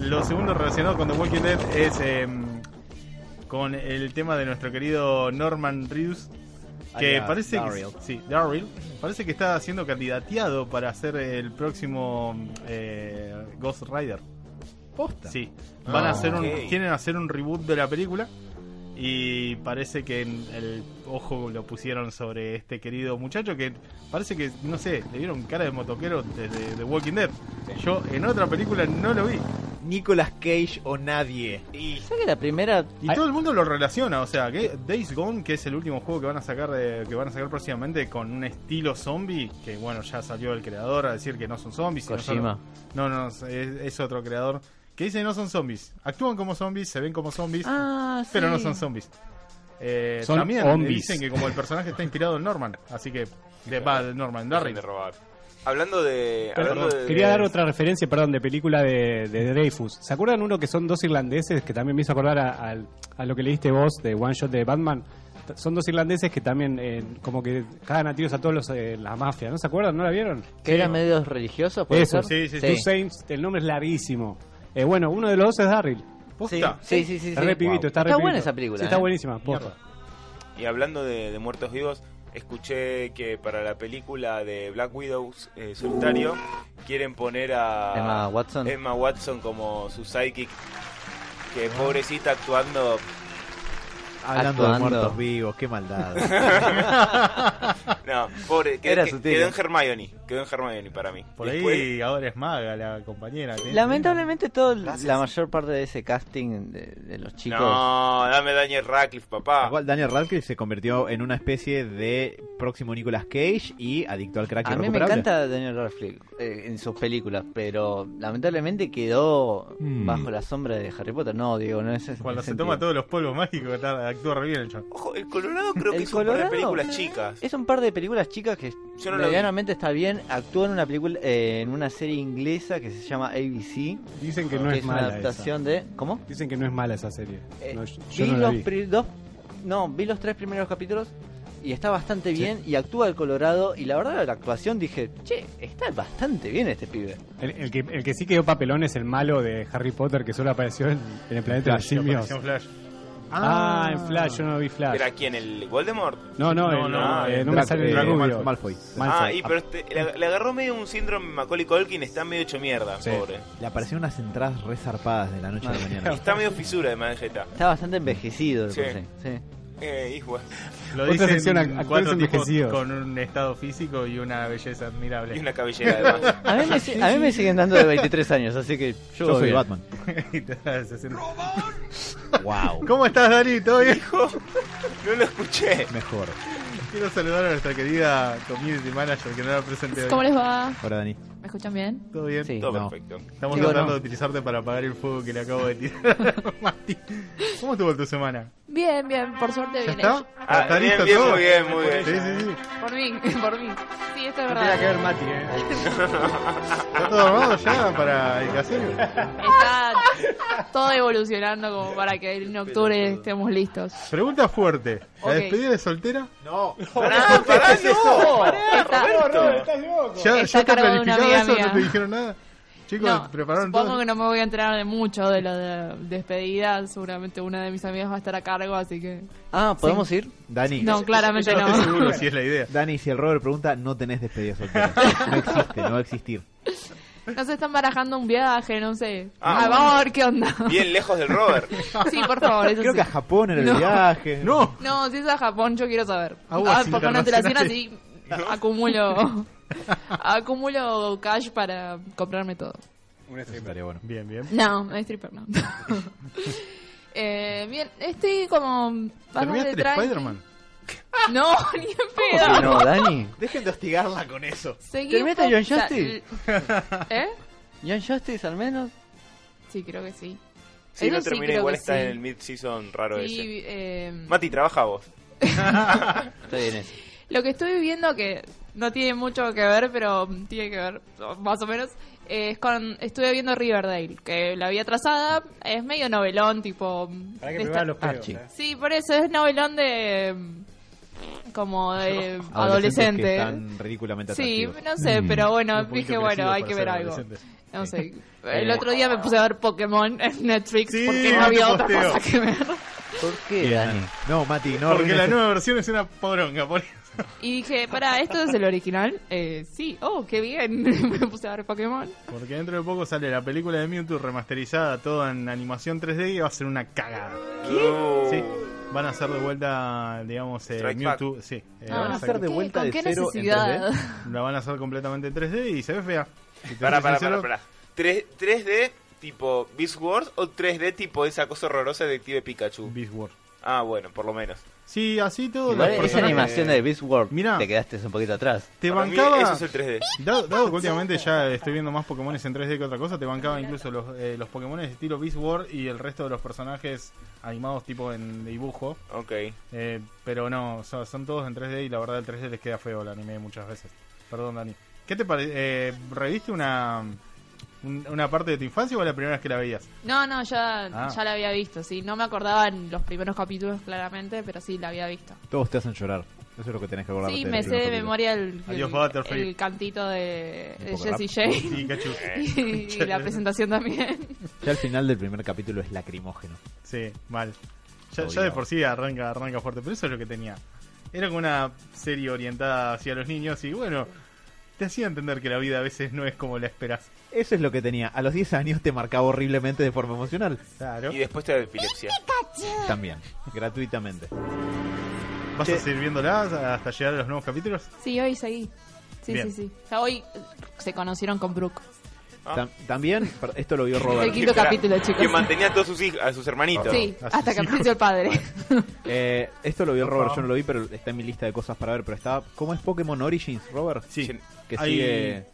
A: Lo segundo relacionado con The Walking Dead es em, con el tema de nuestro querido Norman Reedus, que
C: Alias
A: parece
C: Ah, Daryl.
A: que sí, Daryl, parece que está siendo candidateado para ser el próximo eh, Ghost Rider.
C: Posta.
A: Sí, van a
C: Ah,
A: hacer un,
B: ok.
A: quieren hacer un reboot de la película y parece que en el ojo lo pusieron sobre este querido muchacho que parece que no sé, le dieron cara de motoquero desde The Walking Dead. Yo en otra película no lo vi
C: Nicolas Cage o nadie.
B: Y
D: ¿Sabes que la primera
A: y todo el mundo lo relaciona, o sea, que Days Gone, que es el último juego que van a sacar de- que van a sacar próximamente con un estilo zombie, que bueno, ya salió el creador a decir que no son zombies, sino son-
D: Kojima?
A: no, no, es, es otro creador que dice que no son zombies. Actúan como zombies, se ven como zombies,
D: Ah, sí.
A: pero no son zombies. Eh,
G: Son
A: también
G: zombies.
A: dicen que como el personaje está inspirado en Norman, así que de, va, de Norman Darryl.
B: de robar. Hablando de...
G: Pero,
B: hablando de-
G: quería dar otra referencia, perdón, de película de, de Dreyfus. ¿Se acuerdan uno que son dos irlandeses que también me hizo acordar a, al- a lo que leíste vos de One Shot de Batman? T- Son dos irlandeses que también eh, como que cagan a tiros a todos los eh, la mafia. ¿No se acuerdan? ¿No la vieron?
D: ¿Que eran medios religiosos? puede
G: eh, Eso,
D: ser?
A: sí, sí,
G: Two Saints, el nombre es larguísimo. Eh, bueno, uno de los dos es Darryl.
D: Sí,
A: Posta.
D: sí, sí, sí,
G: Está
D: sí.
G: re pibito, está re
D: Está buena
G: pibito.
D: esa película,
G: Sí, está
D: eh.
G: buenísima. posta.
B: Y hablando de, de muertos vivos, escuché que para la película de Black Widow eh, Solitario quieren poner a
G: Eh,
D: Emma Watson.
B: Emma Watson como su psychic. que pobrecita actuando.
C: Hablando de
D: Actuando.
C: muertos vivos, qué maldad.
B: No, pobre, quedó,
D: Era
B: que-
D: sutil.
B: quedó en Hermione. Quedó en Hermione para mí.
A: Por
B: Después-
A: ahí ahora es maga la compañera.
G: eh,
A: ¿sí?
D: Lamentablemente todo, la mayor parte de ese casting de, de los chicos.
B: No, dame Daniel Radcliffe, papá.
C: Igual Daniel Radcliffe se convirtió en una especie de próximo Nicolas Cage y adicto al crack
D: A mí me
C: irrecuperable.
D: encanta Daniel Radcliffe eh, en sus películas, pero lamentablemente quedó
G: Mm.
C: Hmm.
D: bajo la sombra de Harry Potter. No, Diego, no es eso.
A: Cuando se toma todos los polvos mágicos, está- actúa re bien el chabón.
B: Ojo, el Colorado creo que
D: El
B: es un par de
D: Colorado.
B: películas chicas.
D: Es un par de películas chicas que
B: Yo no la vi.
D: medianamente está bien. Actúa en una película, eh, en una serie inglesa que se llama ABC,
G: Dicen que no
D: que
G: es,
D: es una
G: mala.
D: adaptación
G: esa.
D: de. ¿Cómo?
G: Dicen que no es mala esa serie.
D: Eh,
G: No, yo yo
D: vi
G: no la
D: los
G: vi.
D: pri- dos- no, vi los tres primeros capítulos y está bastante bien y actúa el Colorado y la verdad la actuación dije, che, está bastante bien este pibe.
G: El, el que, el que sí quedó papelón es el malo de Harry Potter que solo apareció en, en el planeta
A: Flash,
G: de los simios.
A: apareció en Flash.
G: Ah, en Flash, yo no vi Flash.
B: ¿Era quién? ¿El Voldemort?
G: No, no,
A: No,
G: el-
A: no, el
G: eh, no me
C: Draco-
G: sale el
C: eh,
A: Draco
G: rubio.
C: Malfoy.
B: Ah,
G: Malfoy.
B: y pero este- le, le agarró medio un síndrome Macaulay Culkin, está medio hecho mierda,
G: Sí.
B: pobre.
C: Le aparecieron unas entradas resarpadas de la noche a la mañana.
B: Está medio fisura de manjeta.
D: Está bastante envejecido.
B: Sí.
D: por sí, sí.
B: Eh, hijo,
A: Lo
G: Otra
A: dicen
G: sección, actores
A: cuatro tipos
G: envejecidos.
A: con un estado físico y una belleza admirable.
B: Y una cabellera además.
D: A mí, me, si- a mí me siguen dando de 23 años, así que yo,
C: Yo
D: voy
C: soy
D: bien.
C: Batman.
A: Y te da 60.
C: Wow.
A: ¿Cómo estás, Dani? ¿Todo bien?
B: Hijo, no lo escuché.
C: Mejor.
A: Quiero saludar a nuestra querida community manager que no la presenté hoy.
E: ¿Cómo les va?
C: Hola, Dani.
E: ¿Me escuchan bien?
A: ¿Todo bien?
D: Sí.
B: Todo
C: No.
B: perfecto.
A: Estamos
E: Sí,
A: tratando
E: bueno.
A: de utilizarte para apagar el fuego que le acabo de tirar. Mati. ¿Cómo estuvo tu semana?
E: Bien, bien, por suerte
A: ¿Ya
E: bien.
A: está?
E: hecho.
B: Ah,
A: ¿Está
B: bien,
A: listo
B: bien,
A: todo?
B: muy bien, muy bien.
A: Sí, sí, sí.
E: Por mí, por mí. Sí, esto es
G: Tenía que
E: verdad.
G: ver Mati, eh.
A: ¿Está todo armado ya para el casero?
E: Está todo evolucionando como para que en octubre estemos listos.
A: Pregunta fuerte. ¿La
E: Ok.
A: despedida de soltera?
C: No.
B: Pará, pará, no. Pará,
E: Está-
B: Roberto.
G: estás loco.
A: ¿Ya,
E: Está
A: ya
E: a
A: te
E: cargo de una
A: planificaba
E: amiga
A: eso? ¿No
E: mía.
A: te dijeron nada? Chicos,
E: No,
A: ¿prepararon
E: supongo
A: todo?
E: que no me voy a enterar de mucho de la de- despedida. Seguramente una de mis amigas va a estar a cargo, así que.
D: Ah, ¿podemos ir?
C: Dani.
E: No, claramente
A: Yo no estoy
E: no.
A: seguro si es la idea.
C: Dani, si el Robert pregunta, no tenés despedida soltera. No existe, no va a existir.
E: No se están barajando un viaje, no sé.
B: Ah,
E: Ah, vamos a ver qué onda.
B: Bien lejos del Robert.
E: Sí, por favor, eso
C: Creo
E: sí.
C: que a Japón era el
E: No.
C: viaje.
A: ¡No!
E: No, si es a Japón, yo quiero saber.
A: Aguas
E: ah, porque una antelación
A: internacionales.
E: así acumulo acumulo cash para comprarme todo.
C: Estaría bueno.
A: Bien, bien.
E: No, no es stripper, no. eh, bien, estoy como bastante
A: ¿Terminaste el
E: tranqui.
A: Spider-Man?
E: No, ni en
D: Que
E: pedo.
D: No, Dani.
C: Dejen de hostigarla con eso.
E: Seguí
D: ¿Terminaste
E: un poco-
D: John Justice?
E: ¿Eh?
D: John Justice al menos.
E: Sí, creo que sí.
B: Si
E: Eso
B: no
E: sí
B: termina,
E: creo
B: igual
E: que
B: está
E: sí.
B: en el mid-season raro ese.
E: Sí, eh,
B: Mati, trabaja vos.
D: Está bien eso.
E: Lo que estoy viendo que no tiene mucho que ver, pero tiene que ver, más o menos, eh, es con... Estuve viendo Riverdale, que la había trazada, es medio novelón, tipo...
G: Para que
E: de
G: me
E: esta-
G: vean
C: Ah,
G: los pedos.
D: Archie.
G: eh.
E: Sí, por eso es novelón de... mm, como de
C: Adolescentes que
E: adolescente.
C: están ridículamente
E: Sí,
C: atractivos. Mm.
E: no sé, pero bueno,
A: Un poquito
E: dije, bueno,
A: crecido
E: hay
A: para
E: que
A: ser
E: ver algo.
A: adolescente.
E: No
C: Sí.
E: sé. El
C: Eh.
E: otro día me puse a ver Pokémon en Netflix
A: Sí,
E: porque no
A: no te
E: había otra
A: posteo.
E: cosa que ver.
D: ¿Por qué,
C: Bien,
D: Dani?
C: Dani. No, Mati, no
A: Porque
C: arruines
A: la
C: esto.
A: nueva versión es una poronga, por eso.
E: Y dije, para, ¿esto es el original? Eh, sí, oh, qué bien. me puse a ver Pokémon.
C: Eh,
A: Porque dentro de poco sale la película de Mewtwo remasterizada, toda en animación 3D y va a ser una cagada.
B: Uh,
A: Sí, van a hacer de vuelta, digamos, eh,
B: Strike
A: Mewtwo. Sí, eh,
E: Ah,
A: van a
E: ¿por
A: hacer-
C: de
E: qué?
C: vuelta
E: ¿Con
C: de
E: qué
C: cero en
E: necesidad?
A: la van a hacer completamente en 3D y se ve fea. Si te
B: Pará,
A: soy
B: pará,
A: sincero,
B: pará, pará. Tres- 3D tipo Beast Wars o 3D tipo esa cosa horrorosa de Detective Pikachu.
A: Beast Wars.
B: Ah, bueno, por lo menos.
A: Sí, así todo. los
D: Igual esa
A: personajes-
D: animación de Beast World,
A: Mirá.
D: te quedaste un poquito atrás.
A: Te
B: Para mí
A: bancaba.
B: Eso es el 3D.
A: Dado, dado que últimamente ya estoy viendo más Pokémones en 3D que otra cosa, te bancaba incluso los, eh, los Pokémones de estilo Beast Wars y el resto de los personajes animados tipo en dibujo.
B: Ok.
A: Eh, pero no, son, son todos en 3D y la verdad el 3D les queda feo el anime muchas veces. Perdón, Dani. ¿Qué te parece? ¿Reviste una, un- una parte de tu infancia o la primera vez que la veías?
E: No, no, ya,
A: Ah.
E: ya la había visto, sí. No me acordaba en los primeros capítulos claramente, pero sí, la había visto.
C: Todos te hacen llorar. Eso es lo que tenés que acordar.
E: Sí, me sé de memoria el, el-
A: Adiós, Butterfree.
E: el cantito de,
C: Un
E: de
C: poco
E: Jessie J.
A: Sí, cachu.
E: Y, y la presentación también.
C: Ya al final del primer capítulo es lacrimógeno.
A: Sí, mal. Ya, ya de por sí arranca, arranca fuerte, pero eso es lo que tenía. Era como una serie orientada hacia los niños y bueno, te hacía entender que la vida a veces no es como la esperas.
C: Eso es lo que tenía. A los 10 años te marcaba horriblemente de forma emocional.
A: Claro.
B: Y después te da epilepsia.
C: También, gratuitamente.
A: ¿Vas
C: Che.
A: a seguir viéndolas hasta llegar a los nuevos capítulos?
E: Sí, hoy seguí. Sí,
A: Bien.
E: sí, sí. O sea, hoy eh, se conocieron con Brooke.
B: Ah.
C: Tam- también, per- esto lo vio
E: El
C: Robert.
E: quinto
B: Espera,
E: capítulo, chicos.
B: Que mantenía a todos sus hijos, a sus hermanitos.
E: Sí,
A: a sus
E: hasta que
A: hijos.
E: apareció el padre.
C: Eh, esto lo vio Robert, yo no lo vi, pero está en mi lista de cosas para ver. Pero estaba. ¿Cómo es Pokémon Origins, Robert?
A: Sí.
C: Que
A: Hay-
C: sigue.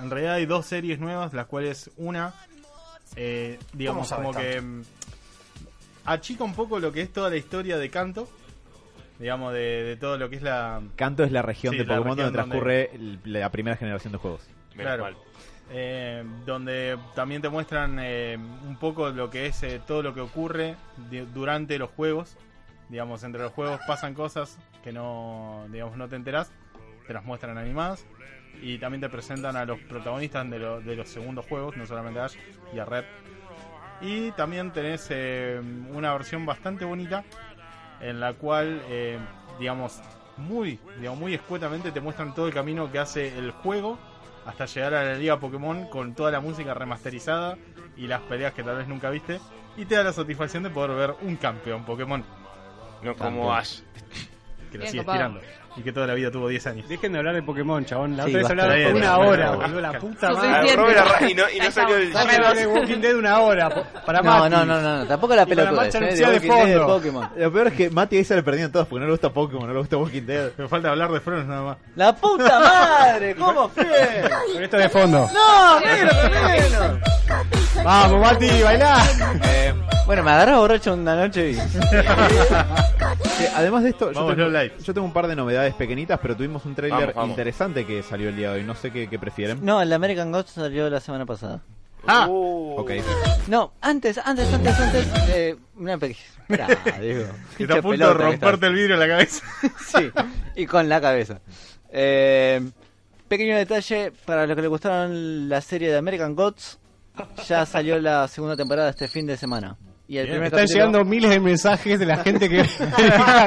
A: En realidad hay dos series nuevas, las cuales una, eh, digamos,
F: ¿Cómo
A: como
F: sabes
A: que mm, achica un poco lo que es toda la historia de Canto, digamos, de, de todo lo que es la...
C: Canto es la región
A: Sí,
C: de
A: la
C: Pokémon
A: región
C: donde transcurre el- la primera generación de juegos.
B: Menos
A: claro.
B: mal.
A: eh, donde también te muestran eh, un poco lo que es eh, todo lo que ocurre di- durante los juegos. Digamos, entre los juegos pasan cosas que no, digamos, no te enterás, te las muestran animadas. Y también te presentan a los protagonistas de, lo- de los segundos juegos, no solamente a Ash y a Red. Y también tenés eh, una versión bastante bonita en la cual, eh, digamos, muy, digamos, muy escuetamente te muestran todo el camino que hace el juego hasta llegar a la Liga Pokémon con toda la música remasterizada y las peleas que tal vez nunca viste. Y te da la satisfacción de poder ver un campeón Pokémon
B: No como Ash.
A: que lo
E: Bien,
A: sigue
E: copado.
A: estirando y que toda la vida tuvo 10 años.
G: Dejen de hablar de Pokémon, chabón. La
D: Sí,
G: otra vez
D: basta,
G: hablaron
A: bien,
G: una
A: bien,
G: hora,
A: bien.
G: boludo, la puta
E: Suficiente.
G: madre.
B: Ah, Robert arra- y no, y
E: Ya
B: no salió del
E: estamos.
G: Dame lo de Walking Dead una hora, po- para
D: No,
G: Mati.
D: no, no, no, no, tampoco la
G: Y con la
D: pelota.
G: marcha
D: de
G: anunciada de fondo.
D: Pokémon.
C: Lo peor es que Mati ahí se le perdían todas porque no le gusta Pokémon, no le gusta Walking Dead.
A: Me falta hablar de Fronos nada más.
D: ¡La puta madre! ¿Cómo fue?
G: Con esto de fondo.
D: ¡No, menos, menos!
G: Vamos, Mati, bailá.
C: Eh,
D: Bueno, me agarró borracho una noche y.
C: Eh, además de esto, yo
A: Vamos,
C: tengo,
A: Love Live.
C: yo tengo un par de novedades pequeñitas, pero tuvimos un tráiler
B: Vamos, vamos.
C: interesante que salió el día de hoy. No sé qué, qué prefieren.
D: No, el American Ghost salió la semana pasada.
A: Ah.
B: Uh.
C: Ok.
D: No, antes, antes, antes, antes. Eh, una pequeña. Esperá, digo.
A: Que está a punto de
D: Pelota que
A: romperte el vidrio en la cabeza.
D: Sí, y con la cabeza. Eh, pequeño detalle para los que les gustaron la serie de American Gods. Ya salió la segunda temporada este fin de semana. Y el
A: Bien,
D: primer
G: Están
D: capítulo-
G: llegando miles de mensajes de la gente que.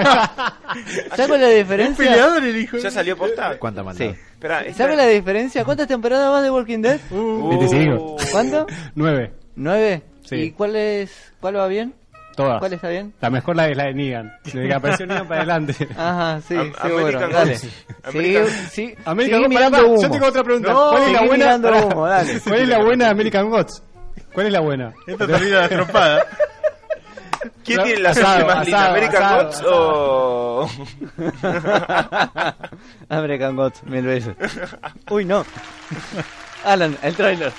D: ¿Sabes cuál es la
A: Un
D: diferencia?
A: peleador el hijo.
B: ¿Ya salió posta?
C: ¿Cuánta maldad?
D: Sí.
B: Espera, esta-
D: ¿Sabes la diferencia? ¿Cuántas temporadas vas de Walking Dead?
B: Uh.
G: 25.
D: ¿Cuánto?
G: Nueve.
D: ¿Nueve?
G: Sí. Ah.
D: ¿Y cuál es, cuál va bien?
G: Todas.
D: ¿Cuál está bien?
G: La mejor la es la de Negan. Desde que apareció Negan para adelante.
D: Ajá, sí,
B: Am-
D: seguro.
B: American
D: dale.
B: Gods.
D: Sigue,
B: American-
D: sí,
G: América
D: sigue
G: Gods, pará,
D: mirando
G: pará,
D: humo.
G: Yo tengo otra pregunta.
D: No,
G: ¿Cuál es la
D: seguí
G: buena?
D: mirando
G: Pará.
D: humo, dale.
G: ¿Cuál es la buena de American Gods? ¿Cuál es la buena?
A: Esta salida de la trompada.
B: ¿Quién tiene la
G: Asado,
B: serie más linda?
G: asado,
B: ¿American
G: asado,
B: Gods
G: asado.
B: o.?
D: American Gods, mil veces. Uy, no. Alan, el trailer.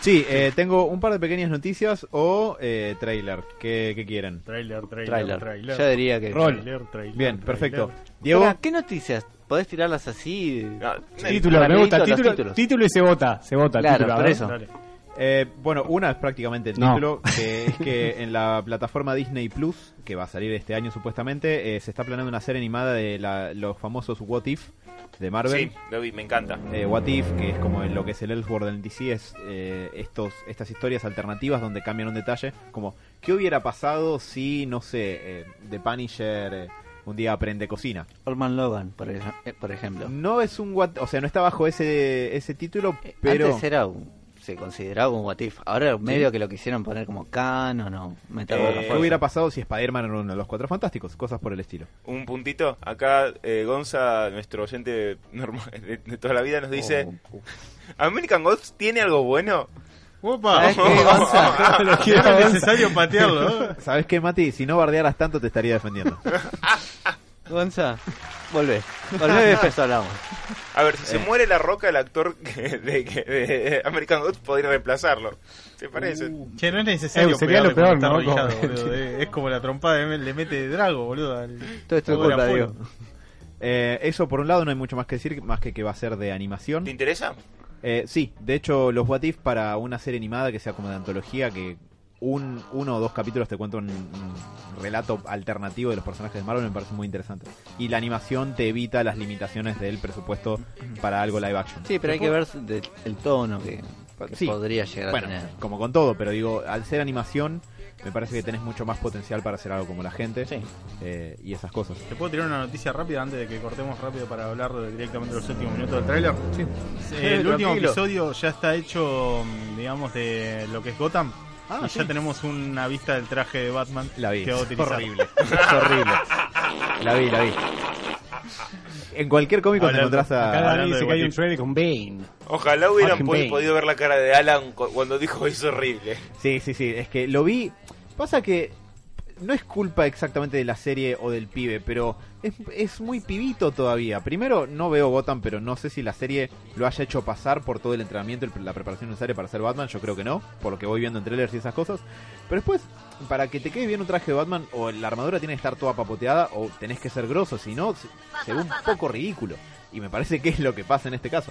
C: Sí, eh, tengo un par de pequeñas noticias o eh, trailer. ¿Qué, qué quieren?
A: Trailer, trailer,
D: Trailer.
A: trailer.
D: Yo diría que.
G: Rol.
A: Trailer, trailer,
C: Bien,
A: trailer.
C: perfecto.
D: Espera,
C: Diego,
D: ¿Qué noticias? ¿Podés tirarlas así?
B: No,
G: Título, me
D: Rapidito
G: gusta.
D: los
G: Título,
D: títulos.
G: título y se vota. Se vota.
D: Claro,
G: título, a
D: por
G: ver.
D: eso.
A: Dale.
C: eh, bueno, una es prácticamente el
G: No.
C: título, que es que en la plataforma Disney Plus, que va a salir este año supuestamente, eh, se está planeando una serie animada de la- los famosos What If de Marvel.
B: Sí, lo vi, me encanta.
C: eh, What If, que es como lo que es el Elseworld en DC, es eh, estos, estas historias alternativas donde cambian un detalle, como ¿qué hubiera pasado si, no sé, eh, The Punisher eh, un día aprende cocina?
D: Orman Logan, por, ej- eh, por ejemplo.
C: No es un What, o sea, no está bajo ese, ese título, pero...
D: Eh, Antes era un- se consideraba un what if. Ahora medio que lo quisieron poner como canon o meterlo a la
B: Eh,
C: ¿Qué
D: fuerza.
C: hubiera pasado si Spider-Man era uno de los cuatro fantásticos? Cosas por el estilo.
B: Un puntito. Acá eh, Gonza, nuestro oyente normal de, de toda la vida, nos dice:
D: Oh.
B: ¿American Gods tiene algo bueno?
A: Opa.
D: ¿Sabés qué, Gonza?
G: Lo quiero
A: Era
G: ver.
A: necesario patearlo. ¿eh?
C: "Ah, ¿Sabes qué, Mati? Si no bardearas tanto, te estaría defendiendo.
D: Gonza, volvé. Volvé y después hablamos.
B: A ver, si se muere la roca, el actor que- de, que- de American Gods podría reemplazarlo. ¿Se parece?
A: Che, no es necesario.
G: Eh, sería lo
A: pegarle
G: peor,
A: cuando
G: ¿no?
A: está
G: Como-
A: arrodillado, boludo. Eh, Es como la trompada de- le mete de Drago, boludo. al-
D: Todo esto es
A: al
D: culpa,
A: Apolo.
D: Diego.
C: Eh, eso, por un lado, no hay mucho más que decir, más que que va a ser de animación.
B: ¿Te interesa?
C: Eh, sí, de hecho, los What If para una serie animada que sea como de antología, que un, uno o dos capítulos te cuenta un, un relato alternativo de los personajes de Marvel, me parece muy interesante. Y la animación te evita las limitaciones del presupuesto para algo live action.
D: Sí, pero hay que ver de- el tono que, que
C: Sí.
D: podría llegar
C: Bueno,
D: a tener.
C: como con todo, pero digo, al ser animación, me parece que tenés mucho más potencial para hacer algo como la gente
D: Sí.
C: eh, y esas cosas.
A: ¿Te puedo tirar una noticia rápida antes de que cortemos rápido para hablar de- directamente de los últimos minutos del tráiler? Sí. el último
D: tranquilo.
A: episodio ya está hecho, mm, digamos, de lo que es Gotham. y ya tenemos una vista del traje de Batman
C: La vi.
A: que va a
C: es
A: utilizar.
C: horrible. Es horrible. La vi, la vi. En cualquier cómic cuando
A: Hablando-
C: encontrás a.
G: Cada
A: hablando
G: día
A: de
G: dice que hay
A: What
G: un
A: If.
G: trailer con Bane.
B: Ojalá hubieran
G: Fucking
B: pod-
G: Bane.
B: podido ver la cara de Alan cu- cuando dijo es horrible.
C: Sí, sí, sí. Es que lo vi. Pasa que no es culpa exactamente de la serie o del pibe, pero es, es muy pibito todavía. Primero, no veo Gotham, pero no sé si la serie lo haya hecho pasar por todo el entrenamiento y la preparación necesaria para ser Batman. Yo creo que no, por lo que voy viendo en trailers y esas cosas. Pero después, para que te quede bien un traje de Batman, o la armadura tiene que estar toda papoteada, o tenés que ser grosso, si no, se, se ve un poco ridículo. Y me parece que es lo que pasa en este caso.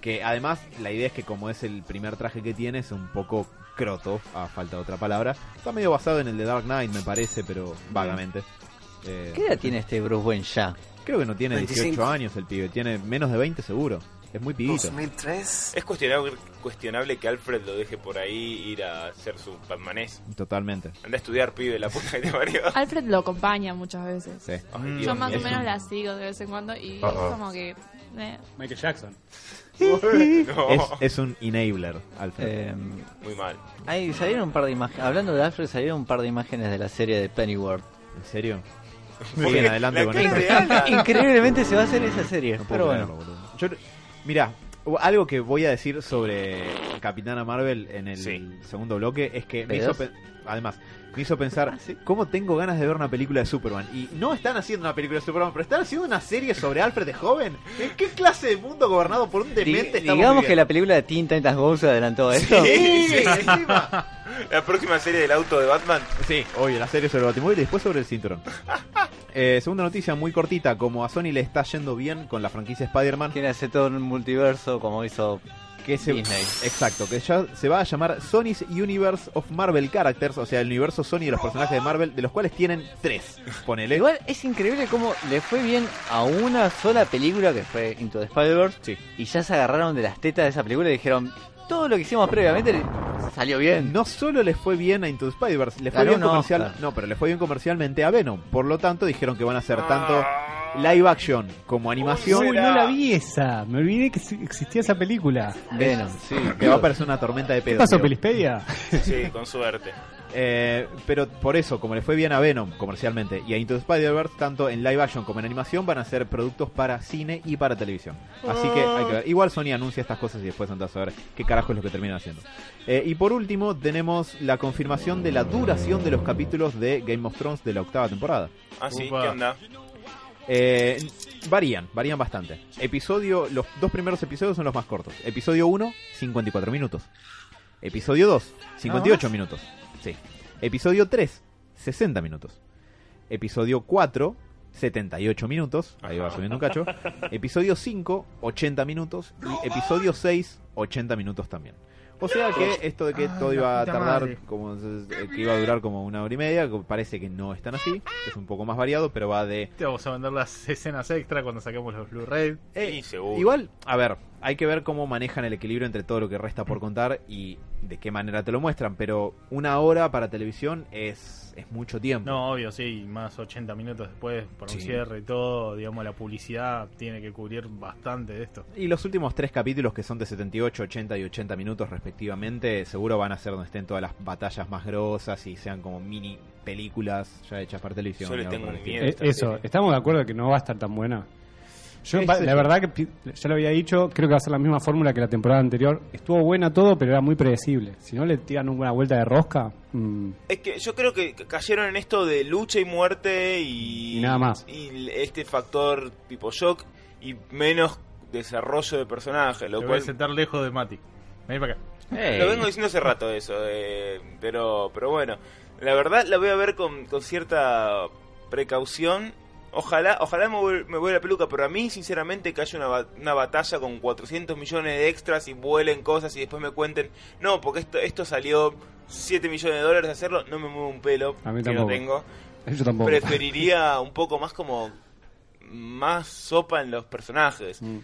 C: Que además la idea es que como es el primer traje que tiene, es un poco croto, a falta de otra palabra. Está medio basado en el de Dark Knight, me parece, pero vagamente. Eh,
D: ¿Qué edad tiene este Bruce Wayne ya?
C: Creo que no tiene 18
F: 25.
C: años el pibe, tiene menos de 20 seguro. Es muy pibito.
F: 2003.
B: Es cuestionable, cuestionable que Alfred lo deje por ahí ir a hacer su Batmanés.
C: Totalmente.
B: Anda a estudiar, pibe, la puta que te parió.
E: Alfred lo acompaña muchas veces.
C: Sí.
B: Ay, Dios
E: Yo más o
B: mío. Ah,
E: menos la sigo de vez en cuando y es como que... eh,
G: Michael Jackson.
B: No,
C: Es, es un enabler, Alfred.
D: Eh,
B: muy mal.
D: Ahí salieron un par de imágenes. Hablando de Alfred, salieron un par de imágenes de la serie de Pennyworth.
C: ¿En serio?
B: Porque
C: Siguen adelante
B: la
C: con
B: cara
C: eso.
B: de Alan-
D: Increíblemente se va a hacer esa serie.
C: No puedo
D: pero bueno,
C: creerlo, boludo. Yo- mira, o- algo que voy a decir sobre Capitana Marvel en el
B: Sí.
C: segundo bloque es que me hizo
D: ¿Pedos?
C: pe- además me hizo pensar cómo tengo ganas de ver una película de Superman y no están haciendo una película de Superman, pero están haciendo una serie sobre Alfred de joven. ¿En qué clase de mundo gobernado por un
D: Di-
C: demente estamos
D: digamos que
C: viviendo?
D: la película de Teen Titans Go se adelantó a esto.
C: Sí, encima.
B: La próxima serie del auto de Batman.
C: Sí, obvio, la serie sobre el Batimóvil y después sobre el cinturón. Eh, segunda noticia muy cortita, como a Sony le está yendo bien con la franquicia Spider-Man,
D: Quiere hacer todo un multiverso como hizo.
C: que se,
D: Disney.
C: Exacto, que ya se va a llamar Sony's Universe of Marvel Characters, o sea, el universo Sony de los personajes de Marvel, de los cuales tienen tres. Ponele.
D: Igual es increíble cómo le fue bien a una sola película que fue Into the Spider-Verse
C: Sí.
D: y ya se agarraron de las tetas de esa película y dijeron todo lo que hicimos previamente le- salió bien.
C: No solo les fue bien a Into the Spider-Verse, les fue
D: Ganó
C: bien
D: un
C: comercial,
D: Oscar.
C: no, pero les fue bien comercialmente a Venom. Por lo tanto, dijeron que van a hacer tanto
B: Ah.
C: live action como animación,
G: Ah. Uy, no la vi esa. Me olvidé que existía esa película.
D: Venom, sí.
C: que va a parecer una tormenta de pedos.
G: ¿Qué pasó,
C: digo.
G: Pelispedia?
B: Sí, con suerte.
C: Eh, pero por eso, como le fue bien a Venom comercialmente y a Into the Spider-Verse, tanto en live action como en animación van a ser productos para cine y para televisión. Así que hay que ver. Igual Sony anuncia estas cosas y después andás a ver qué carajo es lo que terminan haciendo. Eh, y por último, tenemos la confirmación de la duración de los capítulos de Game of Thrones de la octava temporada.
B: Ah, sí,
A: Upa.
B: ¿qué onda?
C: Eh, varían, varían bastante. Episodio, los dos primeros episodios son los más cortos. Episodio 1, 54 minutos. Episodio 2, 58 minutos. Sí. Episodio 3, 60 minutos. Episodio 4, 78 minutos. Ahí va subiendo un cacho. Episodio 5, 80 minutos. Y episodio 6, 80 minutos también. O sea que esto de que
A: Ay,
C: todo
A: Ah, la
C: iba a
A: puta
C: tardar
A: madre.
C: como eh, que iba a durar como una hora y media, parece que no es tan así, es un poco más variado, pero va de
A: Te vamos a vender las escenas extra cuando saquemos los Blu-ray.
C: eh,
B: Sí, seguro.
C: Igual, a ver, hay que ver cómo manejan el equilibrio entre todo lo que resta por contar y de qué manera te lo muestran, pero una hora para televisión es, es mucho tiempo.
A: No, obvio, sí, y más 80 minutos después, por un
C: Sí.
A: cierre y todo, digamos, la publicidad tiene que cubrir bastante de esto.
C: Y los últimos tres capítulos, que son de 78, 80 y 80 minutos respectivamente, seguro van a ser donde estén todas las batallas más grosas y sean como mini películas ya hechas para televisión.
B: Yo le
C: y algo
B: tengo
C: por el
B: un
C: estilo.
B: miedo.
G: Eh, Eso, estamos de acuerdo que no va a estar tan buena. Yo,
C: Sí,
G: pa-
C: sí,
G: la
C: sí.
G: verdad que pi- ya lo había dicho, creo que va a ser la misma fórmula que la temporada anterior. Estuvo buena todo, pero era muy predecible. Si no le tiran una vuelta de rosca, mm,
B: Es que yo creo que cayeron en esto de lucha y muerte y,
G: Y nada más.
B: Y este factor tipo shock y menos desarrollo de personaje, lo
A: Te voy
B: cual
A: a sentar lejos de Mati. Vení para acá.
B: Lo vengo diciendo hace rato eso, eh, pero, pero bueno, la verdad la voy a ver con, con cierta precaución. Ojalá, ojalá me vuel- me vuele la peluca, pero a mí sinceramente que haya una, ba- una batalla con 400 millones de extras y vuelen cosas y después me cuenten, no, porque esto, esto salió 7 millones de dólares hacerlo, no me mueve un pelo,
G: A mí
B: que no
G: tampoco.
B: tengo.
G: yo tampoco.
B: Preferiría un poco más como más sopa en los personajes.
G: Mm.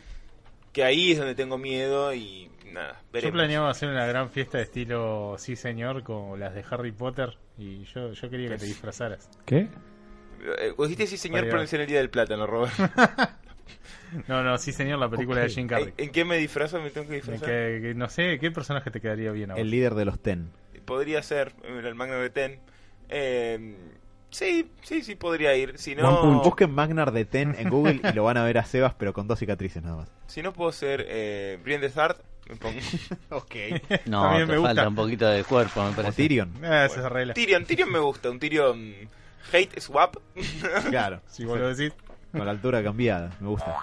B: que ahí es donde tengo miedo y nada,
A: Yo
B: veremos.
A: planeaba hacer una gran fiesta de estilo sí señor con las de Harry Potter y yo, yo quería que
B: Pues-
A: te disfrazaras.
G: ¿Qué?
B: Eh, dijiste sí señor,
A: Vale,
B: pero
A: vale.
B: en el día del plátano, Robert.
A: No, no, sí señor, la película de Jim Carrey.
B: ¿En qué me disfrazo? ¿Me tengo que
A: Me
B: disfrazar?
A: que- que no sé, ¿qué personaje te quedaría bien a vos?
C: El líder de los Ten.
B: Podría ser el Almagro de Ten. Eh, sí, sí, sí podría ir. Si
C: Juan
B: no,
C: Pun, Busquen Magnar de Ten en Google y lo van a ver a Sebas, pero con dos cicatrices nada más.
B: si no puedo ser eh, Brian de Zart, me pongo...
C: Ok.
D: No,
A: También
D: te
A: me gusta.
D: falta un poquito de cuerpo, me
C: Como
D: parece.
C: Tyrion.
A: Ah, esa es regla.
B: Tyrion, Tyrion me gusta, un Tyrion mm, hate swap.
C: Claro.
A: Si vos lo decís.
C: Con la altura cambiada. Me gusta.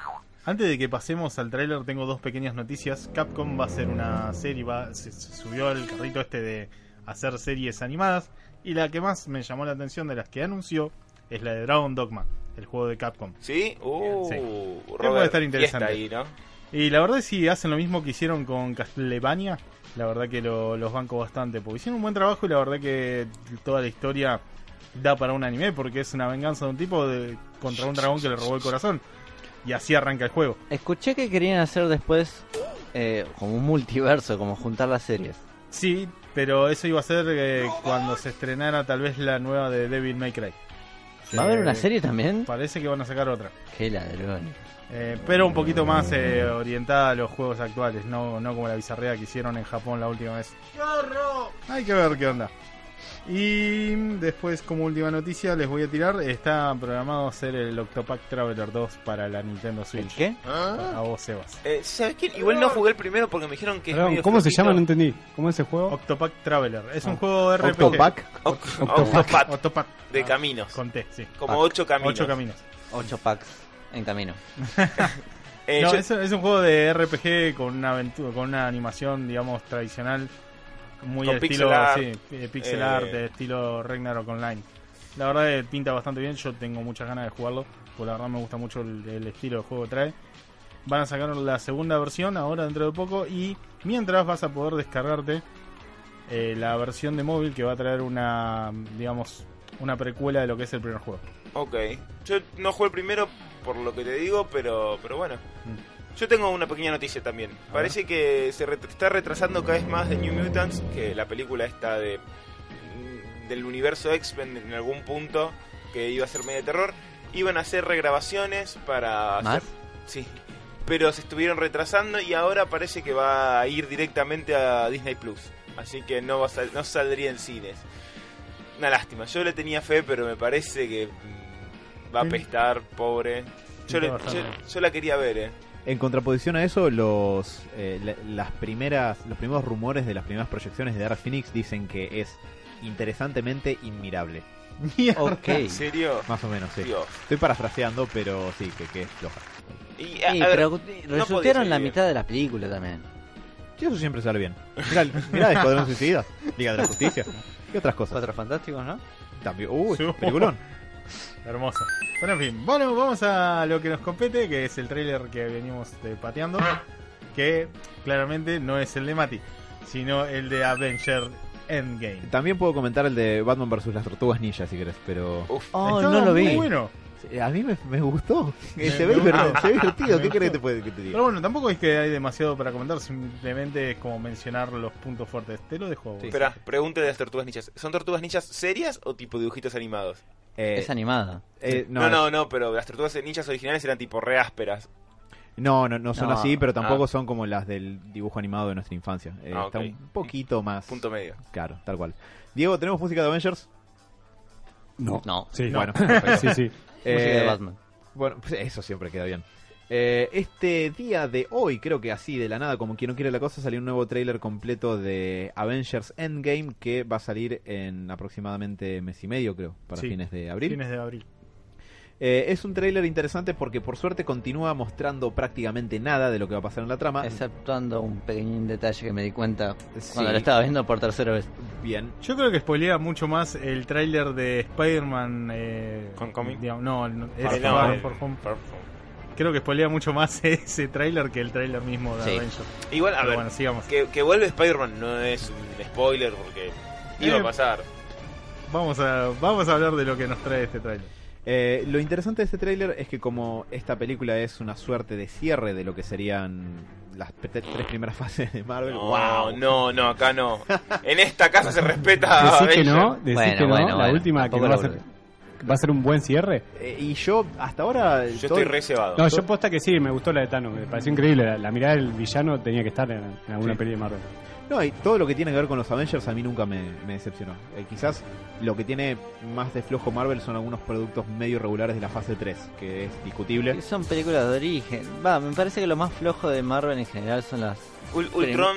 A: Antes de que pasemos al tráiler, tengo dos pequeñas noticias. Capcom va a hacer una serie, va, se, se subió al carrito este de hacer series animadas. Y la que más me llamó la atención de las que anunció es la de Dragon Dogma, el juego de Capcom.
B: ¿Sí? Uh,
A: Sí.
B: Robert,
A: Puede estar interesante.
B: fiesta ahí,
A: Y la verdad, si hacen lo mismo que hicieron con Castlevania, la verdad que lo- los banco bastante. Porque hicieron un buen trabajo y la verdad que toda la historia da para un anime. Porque es una venganza de un tipo de- contra un dragón que le robó el corazón. Y así arranca el juego.
D: Escuché que querían hacer después eh, como un multiverso, como juntar las series.
A: Sí, pero eso iba a ser eh, cuando se estrenara tal vez la nueva de Devil May Cry.
D: ¿Va a haber
A: Eh,
D: una serie también?
A: Parece que van a sacar otra.
D: Qué ladrón.
A: Eh, pero un poquito más eh, orientada a los juegos actuales, no, no como la bizarrea que hicieron en Japón la última vez. Hay que ver qué onda. Y después, como última noticia, les voy a tirar. Está programado hacer el Octopack Traveler 2 para la Nintendo
D: ¿El
A: Switch.
D: qué?
B: ¿no?
A: A vos, Sebas.
B: Eh, ¿Sabes qué? Igual no jugué el primero porque me dijeron que es
G: Perdón,
B: medio
G: ¿Cómo se
B: flojito.
G: llama? No entendí. ¿Cómo es el juego?
A: Octopack Traveler. Es un
G: Ah.
A: juego RPG.
C: Octopack.
B: Oct-
G: Octopath.
B: Octopath,
A: Octopack.
B: de
A: Ah,
B: caminos.
A: Con T, sí.
B: Como ocho caminos.
A: Ocho caminos.
D: Ocho packs en camino.
B: Eh,
A: No,
B: yo-
A: es, es un juego de RPG con una aventura, con una animación, digamos, tradicional, muy
B: Con
A: al
B: pixel
A: estilo
B: art,
A: sí, eh, pixel
B: eh.
A: art, de estilo Ragnarok Online. La verdad que pinta bastante bien, yo tengo muchas ganas de jugarlo, porque la verdad me gusta mucho el, el estilo de juego que trae. Van a sacar la segunda versión ahora dentro de poco y mientras vas a poder descargarte eh, la versión de móvil que va a traer una, digamos, una precuela de lo que es el primer juego.
B: Ok. Yo no jugué el primero por lo que te digo, pero, pero bueno. Yo tengo una pequeña noticia también. Parece que se re- está retrasando cada vez más de New Mutants, que la película esta de mm, del universo X-Men en algún punto que iba a ser medio de terror, iban a hacer regrabaciones para
D: ¿Más?
B: hacer- sí, pero se estuvieron retrasando y ahora parece que va a ir directamente a Disney Plus, así que no va a sal- no saldría en cines. Una lástima. Yo le tenía fe, pero me parece que mm, va a
A: Sí.
B: pestar, pobre. Yo, le-
A: Pinta bastante.
B: yo- yo la quería ver, eh.
C: En contraposición a eso, los eh, la- las primeras los primeros rumores de las primeras proyecciones de Dark Phoenix dicen que es interesantemente inmirable.
D: Ok.
B: ¿En serio?
C: Más o menos, sí.
B: Dios.
C: Estoy parafraseando, pero sí, que, que es floja.
B: Y, a-
D: Sí,
B: a ver,
D: pero
B: podía ser
D: resultaron la
B: bien.
D: mitad de la película también.
C: Sí, eso siempre sale bien. Mirá, mirá Escuadrón Suicida, Liga de la Justicia y otras cosas.
D: Cuatro fantásticos, ¿no?
C: También. Uh,
A: Sí.
C: peliculón.
A: Hermoso. Bueno, en fin, bueno, vamos a lo que nos compete, que es el trailer que venimos eh, pateando, que claramente no es el de Mati, sino el de Avenger Endgame.
C: También puedo comentar el de Batman vs. las Tortugas Ninja, si querés, pero... eh,
B: uf,
D: Oh,
A: Estaba
D: no lo
A: muy
D: vi.
A: bueno.
C: A mí me, me gustó.
A: Me-
C: se,
A: me
C: ve divertido,
A: gustó.
C: se ve divertido.
A: Me
C: ¿Qué querés que
A: gustó.
C: te, puede- que te diga?
A: Pero bueno, tampoco es que hay demasiado para comentar, simplemente es como mencionar los puntos fuertes. Te lo dejo. a vos.
C: Sí.
B: espera, pregunta de las tortugas ninjas. ¿Son tortugas ninjas serias o tipo dibujitos animados?
C: Eh,
D: Es animada.
C: eh,
B: No, no, no, pero las tortugas ninjas originales eran tipo re ásperas.
C: No, no, no son
D: No.
C: así, pero tampoco
B: Ah.
C: son como las del dibujo animado de nuestra infancia. Eh,
B: Ah,
C: Está
B: ok.
C: un poquito más.
B: Punto medio.
C: Claro, tal cual. Diego, ¿tenemos música de Avengers?
G: No.
D: No.
G: Sí,
C: Bueno,
G: sí, sí.
D: Música de
C: Eh,
D: Batman.
C: bueno, pues eso siempre queda bien. Eh, este día de hoy, creo que así de la nada, como quien no quiere la cosa, salió un nuevo tráiler completo de Avengers Endgame que va a salir en aproximadamente mes y medio, creo, para
A: Sí.
C: fines de abril.
A: Fines de abril.
C: Eh, es un tráiler interesante porque por suerte continúa mostrando prácticamente nada de lo que va a pasar en la trama.
D: Exceptuando un pequeño detalle que me di cuenta
C: Sí.
D: cuando lo estaba viendo por tercera vez.
C: Bien.
A: Yo creo que spoilea mucho más el tráiler de Spider-Man. Eh,
B: Homecoming.
A: digamos, no, no, es
B: Eh, no,
A: Far
B: el-
A: From Home.
B: Far From-
A: Creo que spoilea mucho más ese tráiler que el tráiler mismo de
D: Sí.
A: Avengers.
B: Igual, a
A: Pero
B: ver,
A: bueno, sigamos.
B: que, que vuelve Spider-Man no es un spoiler porque iba
A: Eh,
B: a pasar.
A: Vamos a, vamos a hablar de lo que nos trae este trailer.
C: Eh, lo interesante de este tráiler es que como esta película es una suerte de cierre de lo que serían las pe- tres primeras fases de Marvel.
B: No,
C: ¡Wow!
B: no, no, acá no. En esta casa se respeta. a
G: Decís que no,
B: Avenger.
G: decís
D: Bueno,
G: que no,
D: bueno,
G: la
D: bueno,
G: última que
D: tampoco
G: va a
D: la
G: ser
D: boludo.
G: va a ser un buen cierre.
C: Eh, y yo hasta ahora...
B: Yo
C: todo-
B: estoy reservado.
G: No, yo posta que sí, me gustó la de Thanos, me pareció increíble, la, la mirada del villano tenía que estar en, en alguna
C: Sí.
G: peli de Marvel.
C: No, y todo lo que tiene que ver con los Avengers a mí nunca me, me decepcionó. Eh, quizás lo que tiene más de flojo Marvel son algunos productos medio irregulares de la fase 3, que es discutible.
D: Son películas de origen. Va, me parece que lo más flojo de Marvel en general son las.
B: Ul- Ultron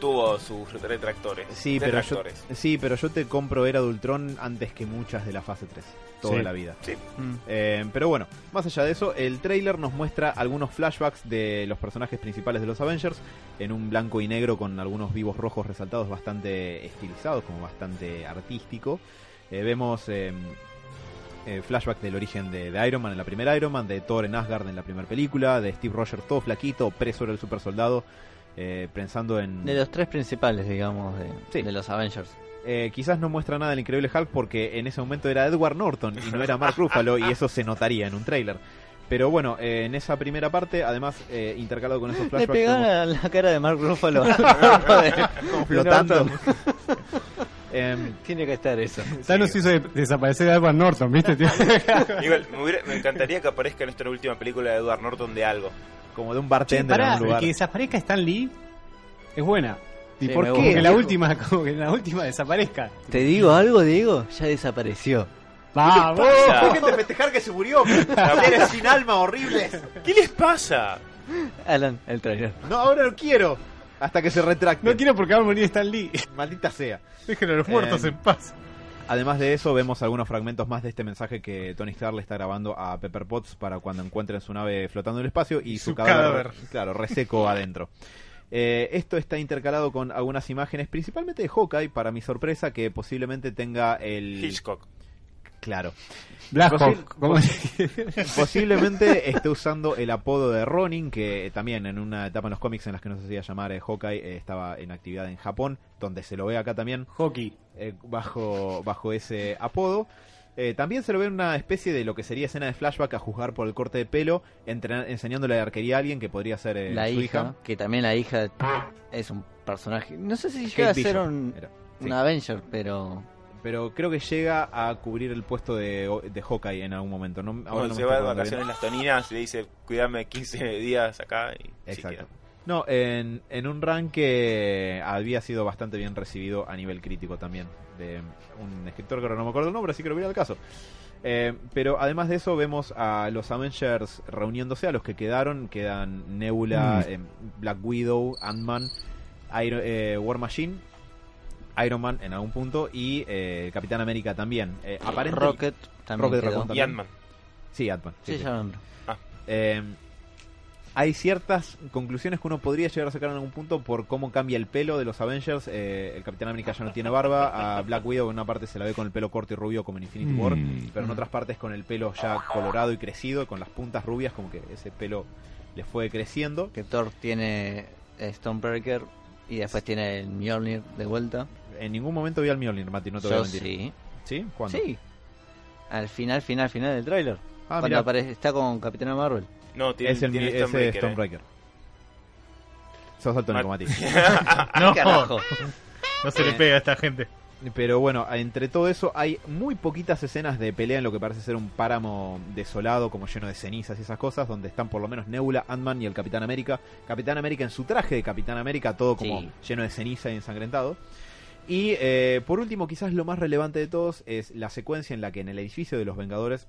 B: tuvo sus retractores.
C: Sí pero, yo,
B: Detractores.
C: sí, pero yo te compro Era de Ultron antes que muchas de la fase 3, toda
G: Sí.
C: la vida.
D: Mm.
C: Eh, pero bueno, más allá de eso, el trailer nos muestra algunos flashbacks de los personajes principales de los Avengers en un blanco y negro con algunos vivos rojos resaltados bastante estilizados, como bastante artístico. Eh, vemos eh, eh, flashback del origen de, de Iron Man en la primera Iron Man, de Thor en Asgard en la primera película, de Steve Rogers todo flaquito, opresor del super soldado, eh, pensando en...
D: De los tres principales, digamos, de,
C: Sí.
D: de los Avengers.
C: Eh, quizás no muestra nada del Increíble Hulk porque en ese momento era Edward Norton y no era Mark Ruffalo y eso se notaría en un tráiler. Pero bueno, eh, en esa primera parte, además eh, intercalado con esos
D: Le
C: flashbacks
D: pegaron a la cara de Mark Ruffalo. De-
C: como flotando.
D: Norton.
C: Em,
D: Tiene que estar eso.
G: Thanos hizo de- desaparecer a Edward Norton, ¿viste? tío?
B: Igual, me, hubiera- me encantaría que aparezca en nuestra última película de Edward Norton de algo.
C: como de un bartender en
G: Pará,
C: algún lugar.
G: que desaparezca Stan Lee es buena.
D: ¿Y
C: por qué?
G: Como que la última, como que la última desaparezca.
D: ¿Te digo algo, Diego? Ya desapareció.
G: ¡Vamos!
B: Dejen
C: de festejar que se murió!
B: ¡Seres
C: sin alma horribles!
B: ¿Qué les pasa?
D: Alan, el trailer.
C: No, ahora no quiero. Hasta que se retracte.
G: No quiero porque va a morir Stan Lee.
C: Maldita sea.
A: Déjenlo a los muertos
C: Eh,
A: en paz.
C: Además de eso, vemos algunos fragmentos más de este mensaje que Tony Stark le está grabando a Pepper Potts para cuando encuentren su nave flotando en el espacio y su,
A: Su
C: cadáver,
A: cadáver.
C: claro, reseco adentro. Eh, esto está intercalado con algunas imágenes, principalmente de Hawkeye, para mi sorpresa, que posiblemente tenga el...
B: Hitchcock.
C: Claro.
G: Black
C: Posi-
G: Hawk, ¿cómo
C: Posiblemente esté usando el apodo de Ronin, que también en una etapa en los cómics en las que no se hacía llamar eh, Hawkeye, eh, estaba en actividad en Japón, donde se lo ve acá también
G: Hockey.
C: eh, bajo, bajo ese apodo. Eh, también se lo ve en una especie de lo que sería escena de flashback a juzgar por el corte de pelo, entrena- enseñándole la arquería a alguien que podría ser eh,
D: la
C: su
D: hija,
C: hija.
D: que también la hija es un personaje. No sé si
C: Kate
D: llega a ser
C: Bishop
D: un,
C: era, sí.
D: un Avenger, pero.
C: Pero creo que llega a cubrir el puesto de, de Hawkeye en algún momento. No, ahora Ah,
B: Cuando
C: no me
B: se
C: estoy
B: va de
C: acordando
B: vacaciones
C: bien.
B: las toninas, le dice, cuídame 15 días acá. Y se
C: Exacto.
B: queda.
C: eh. No, en, en un rank que había sido bastante bien recibido a nivel crítico también, de un escritor que ahora no me acuerdo el nombre, así que lo voy a ir al caso. Eh, pero además de eso vemos a los Avengers reuniéndose, a los que quedaron, quedan Nebula, eh, Black Widow, Ant-Man, Iron- eh, War Machine, Iron Man en algún punto y eh, Capitán América también. Eh, aparente-
D: Rocket también.
C: Rocket
D: quedó.
C: Raccoon
B: Y Ant-Man.
C: Sí, Ant-Man. sí,
D: Sí,
C: sí.
D: ya lo nombró.
C: Eh, hay ciertas conclusiones que uno podría llegar a sacar en algún punto por cómo cambia el pelo de los Avengers. Eh, el Capitán América ya no tiene barba. A Black Widow en una parte se la ve con el pelo corto y rubio como en Infinity War. Pero en
D: Mm.
C: otras partes con el pelo ya colorado y crecido, con las puntas rubias, como que ese pelo le fue creciendo.
D: Que Thor tiene Stonebreaker y después tiene el Mjolnir de vuelta.
C: En ningún momento vi al Mjolnir, Mati, no te voy
D: Yo
C: a mentir.
D: sí.
C: ¿Sí? ¿Cuándo?
D: Sí. Al final, final, final del tráiler.
C: Ah,
D: cuando
C: mirá,
D: aparece, está con Capitana Marvel.
B: No, tiene,
C: es el
B: tiene
C: mi- ese
B: Stormbreaker, eh.
C: Stormbreaker. Sos daltónico,
B: Mat-
C: Mati.
A: No,
D: Carajo.
A: no se le
D: Eh.
A: pega a esta gente.
C: Pero bueno, entre todo eso hay muy poquitas escenas de pelea en lo que parece ser un páramo desolado, como lleno de cenizas y esas cosas, donde están por lo menos Nebula, Ant-Man y el Capitán América. Capitán América en su traje de Capitán América, todo como
D: Sí.
C: lleno de ceniza y ensangrentado. Y eh, por último, quizás lo más relevante de todos es la secuencia en la que en el edificio de los Vengadores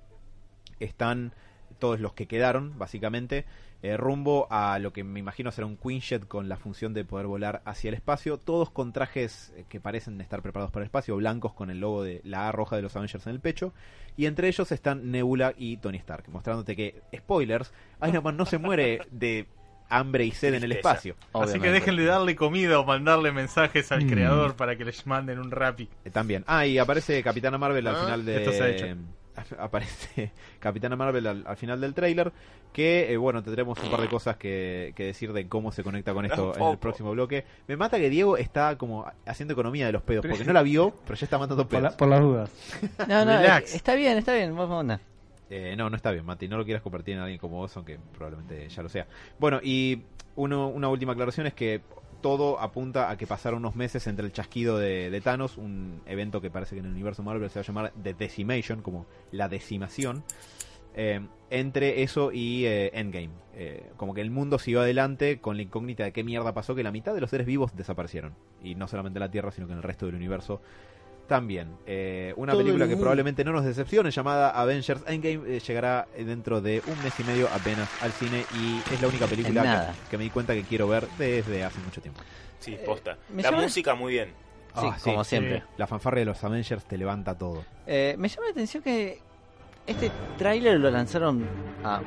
C: están todos los que quedaron, básicamente, eh, rumbo a lo que me imagino será un Quinjet con la función de poder volar hacia el espacio, todos con trajes eh, que parecen estar preparados para el espacio, blancos con el logo de la A roja de los Avengers en el pecho, y entre ellos están Nebula y Tony Stark, mostrándote que, spoilers, Iron Man no se muere de hambre y sed en el
B: Tristeza.
C: espacio.
A: Así que
D: Obviamente.
A: déjenle darle comida o mandarle mensajes al
G: Mm.
A: creador para que les manden un rapi.
C: Eh, También. Ah, y aparece Capitana Marvel al
A: Ah,
C: final de.
A: esto se ha hecho.
C: Aparece Capitana Marvel al, al final del trailer. Que eh, bueno, tendremos un par de cosas que, que decir de cómo se conecta con esto en el
B: Tampoco.
C: próximo bloque. Me mata que Diego está como haciendo economía de los pedos, porque no la vio, pero ya está mandando
G: Por,
C: pedos.
G: la- por las dudas.
D: No, no,
A: Relax.
D: eh, está bien, está bien, vamos a andar.
C: Eh, no, no está bien, Mati. No lo quieras compartir en alguien como vos, aunque probablemente ya lo sea. Bueno, y uno- una última aclaración es que todo apunta a que pasaron unos meses entre el chasquido de, de Thanos, un evento que parece que en el universo Marvel se va a llamar The Decimation, como la decimación. eh, entre eso y eh, Endgame. Eh, como que el mundo siguió adelante con la incógnita de qué mierda pasó, que la mitad de los seres vivos desaparecieron. Y no solamente en la Tierra, sino que en el resto del universo también. Eh, una
D: Todo
C: película
D: el
C: que
D: mundo.
C: probablemente no nos decepcione, llamada Avengers Endgame, eh, llegará eh, dentro de un mes y medio apenas al cine y es la única película
D: nada.
C: que, que me di cuenta que quiero ver desde hace mucho tiempo.
B: Sí, posta.
D: Eh, me
B: la
D: llama-
B: música muy bien.
D: Sí,
C: Ah,
D: como
C: sí.
D: siempre.
C: La fanfarria de los Avengers te levanta todo.
D: Eh, me llama la atención que este tráiler lo lanzaron a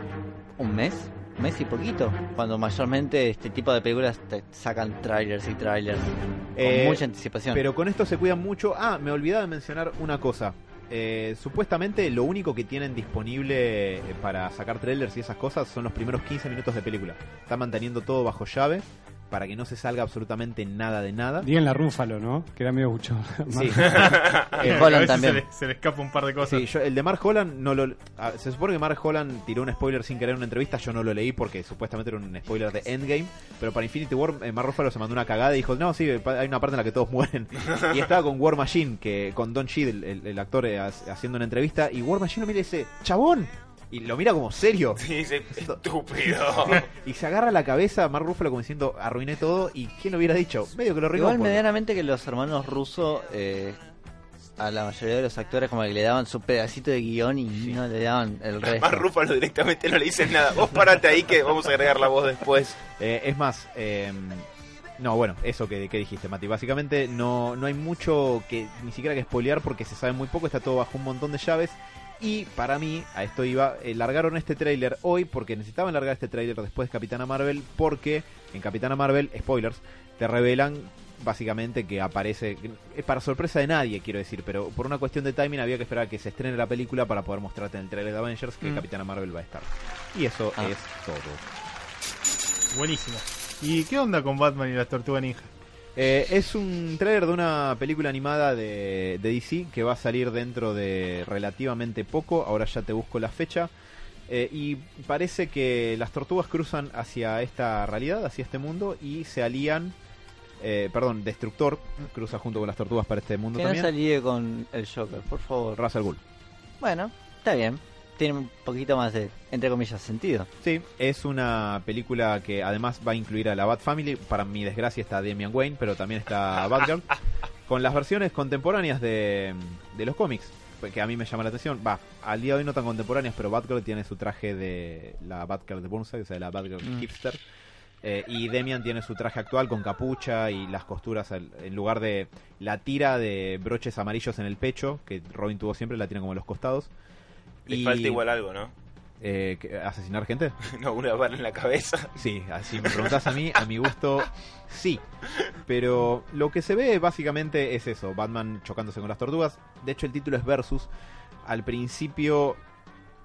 D: un mes, un mes y poquito, cuando mayormente este tipo de películas te sacan trailers y trailers con
C: Eh,
D: mucha anticipación.
C: Pero con esto se cuidan mucho. Ah, me olvidaba de mencionar una cosa. Eh, supuestamente lo único que tienen disponible eh, para sacar trailers y esas cosas son los primeros 15 minutos de película. Están manteniendo todo bajo llave para que no se salga absolutamente nada de nada.
G: Díganle a Rúfalo, ¿no? Que era medio buchón.
C: Sí.
D: Eh,
A: A veces
D: Holland
A: Se,
D: también.
A: le, se le escapa un par de cosas.
C: Sí, yo- el de Mark Holland no lo. ah, se supone que Mark Holland tiró un spoiler sin querer en una entrevista. Yo no lo leí porque supuestamente era un spoiler de Endgame. Pero para Infinity War, eh, Mark Ruffalo se mandó una cagada y dijo: No, sí, pa- hay una parte en la que todos mueren. Y estaba con War Machine, que con Don Cheadle, el, el- el actor, eh, ha- haciendo una entrevista. Y War Machine lo mira y dice: ¡Chabón! Y lo mira como serio.
B: Sí, dice, estúpido.
C: Y se agarra la cabeza a Mark Ruffalo como diciendo: Arruiné todo. ¿Y quién lo hubiera dicho? Medio que lo arruinó.
D: Igual
C: porque-
D: medianamente que los hermanos rusos eh, a la mayoría de los actores como que le daban su pedacito de guión y no le daban el resto.
B: Más Rúfalo directamente no le dicen nada. Vos parate ahí que vamos a agregar la voz después.
C: Eh, es más, eh, no, bueno, eso que, que dijiste, Mati. Básicamente no, no hay mucho que ni siquiera que spoilear porque se sabe muy poco, está todo bajo un montón de llaves. Y para mí, a esto iba, eh, largaron este tráiler hoy porque necesitaban largar este tráiler después de Capitana Marvel porque en Capitana Marvel, spoilers, te revelan básicamente que aparece, eh, para sorpresa de nadie quiero decir, pero por una cuestión de timing había que esperar a que se estrene la película para poder mostrarte en el tráiler de Avengers que
A: Mm.
C: Capitana Marvel va a estar. Y eso
D: Ah.
C: es todo.
A: Buenísimo. ¿Y qué onda con Batman y las tortugas ninja?
C: Eh, es un trailer de una película animada de, de DC que va a salir dentro de relativamente poco. Ahora ya te busco la fecha. Eh, y parece que las tortugas cruzan hacia esta realidad, hacia este mundo, y se alían. eh, perdón, Destructor cruza junto con las tortugas para este mundo
D: Que no
C: también.
D: salía con el Joker, por favor.
C: Ra's al Ghul.
D: Bueno, está bien. Tiene un poquito más de, entre comillas, sentido.
C: Sí, es una película que además va a incluir a la Bat Family. Para mi desgracia está Damian Wayne, pero también está Batgirl. con las versiones contemporáneas de, de los cómics, pues, que a mí me llama la atención. Va, al día de hoy no tan contemporáneas, pero Batgirl tiene su traje de la Batgirl de Burnside, o sea, la Batgirl
D: Mm.
C: hipster. Eh, y Demian tiene su traje actual con capucha y las costuras al- en lugar de la tira de broches amarillos en el pecho, que Robin tuvo siempre, la tiene como en los costados.
B: Le
C: Y,
B: falta igual algo, ¿no?
C: eh, que- ¿Asesinar gente?
B: No, una bala en la cabeza.
C: Sí, así me preguntas a mí, a mi gusto, sí. Pero lo que se ve básicamente es eso, Batman chocándose con las tortugas. De hecho, el título es Versus. Al principio,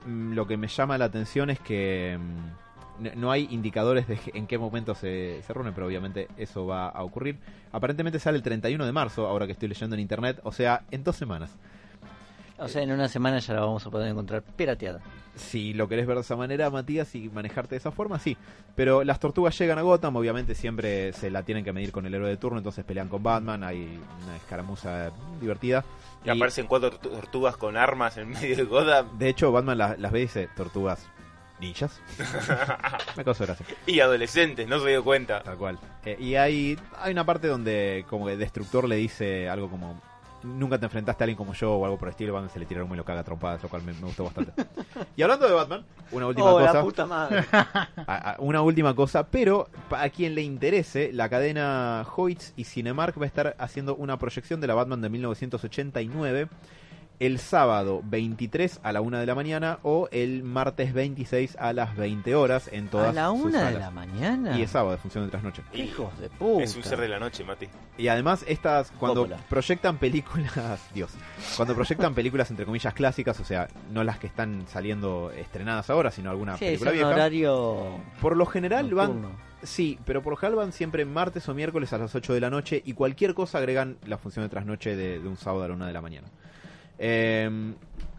C: mm, lo que me llama la atención es que mm, no- no hay indicadores de en qué momento se, se reúnen, pero obviamente eso va a ocurrir. Aparentemente sale el 31 de marzo, ahora que estoy leyendo en internet, o sea, en dos semanas.
D: O sea, en una semana ya la vamos a poder encontrar pirateada.
C: Si lo querés ver de esa manera, Matías, y manejarte de esa forma, sí. Pero las tortugas llegan a Gotham, obviamente siempre se la tienen que medir con el héroe de turno, entonces pelean con Batman, hay una escaramuza divertida.
B: Y aparecen cuatro tortu- tortugas con armas en medio de Gotham.
C: De hecho, Batman la- las ve y dice, tortugas ninjas. Me causó gracia.
B: Y adolescentes, no se dio cuenta.
C: Tal cual. Eh, y hay, hay una parte donde como que Destructor le dice algo como... Nunca te enfrentaste a alguien como yo o algo por el estilo, Batman se le tira un y lo caga a trompadas, lo cual me, me gustó bastante. y hablando de Batman, una última
D: oh,
C: cosa.
D: la puta madre.
C: A- a- una última cosa, pero pa- a quien le interese, la cadena Hoyts y Cinemark va a estar haciendo una proyección de la Batman de 1989 el sábado 23 a la 1 de la mañana o el martes 26 a las 20 horas en todas
D: a la
C: sus
D: una de
C: salas.
D: la mañana.
C: Y es sábado, es función de trasnoche.
D: Hijos de puta.
B: Es un ser de la noche, Mati.
C: Y además estas cuando
D: Coppola.
C: proyectan películas, Dios, cuando proyectan películas entre comillas clásicas, o sea, no las que están saliendo estrenadas ahora, sino alguna
D: Sí, es un
C: película vieja.
D: horario
C: Por lo general van
D: nocturno.
C: Sí, pero por lo general van siempre martes o miércoles a las 8 de la noche y cualquier cosa agregan la función de trasnoche de, de un sábado a la 1 de la mañana. Eh,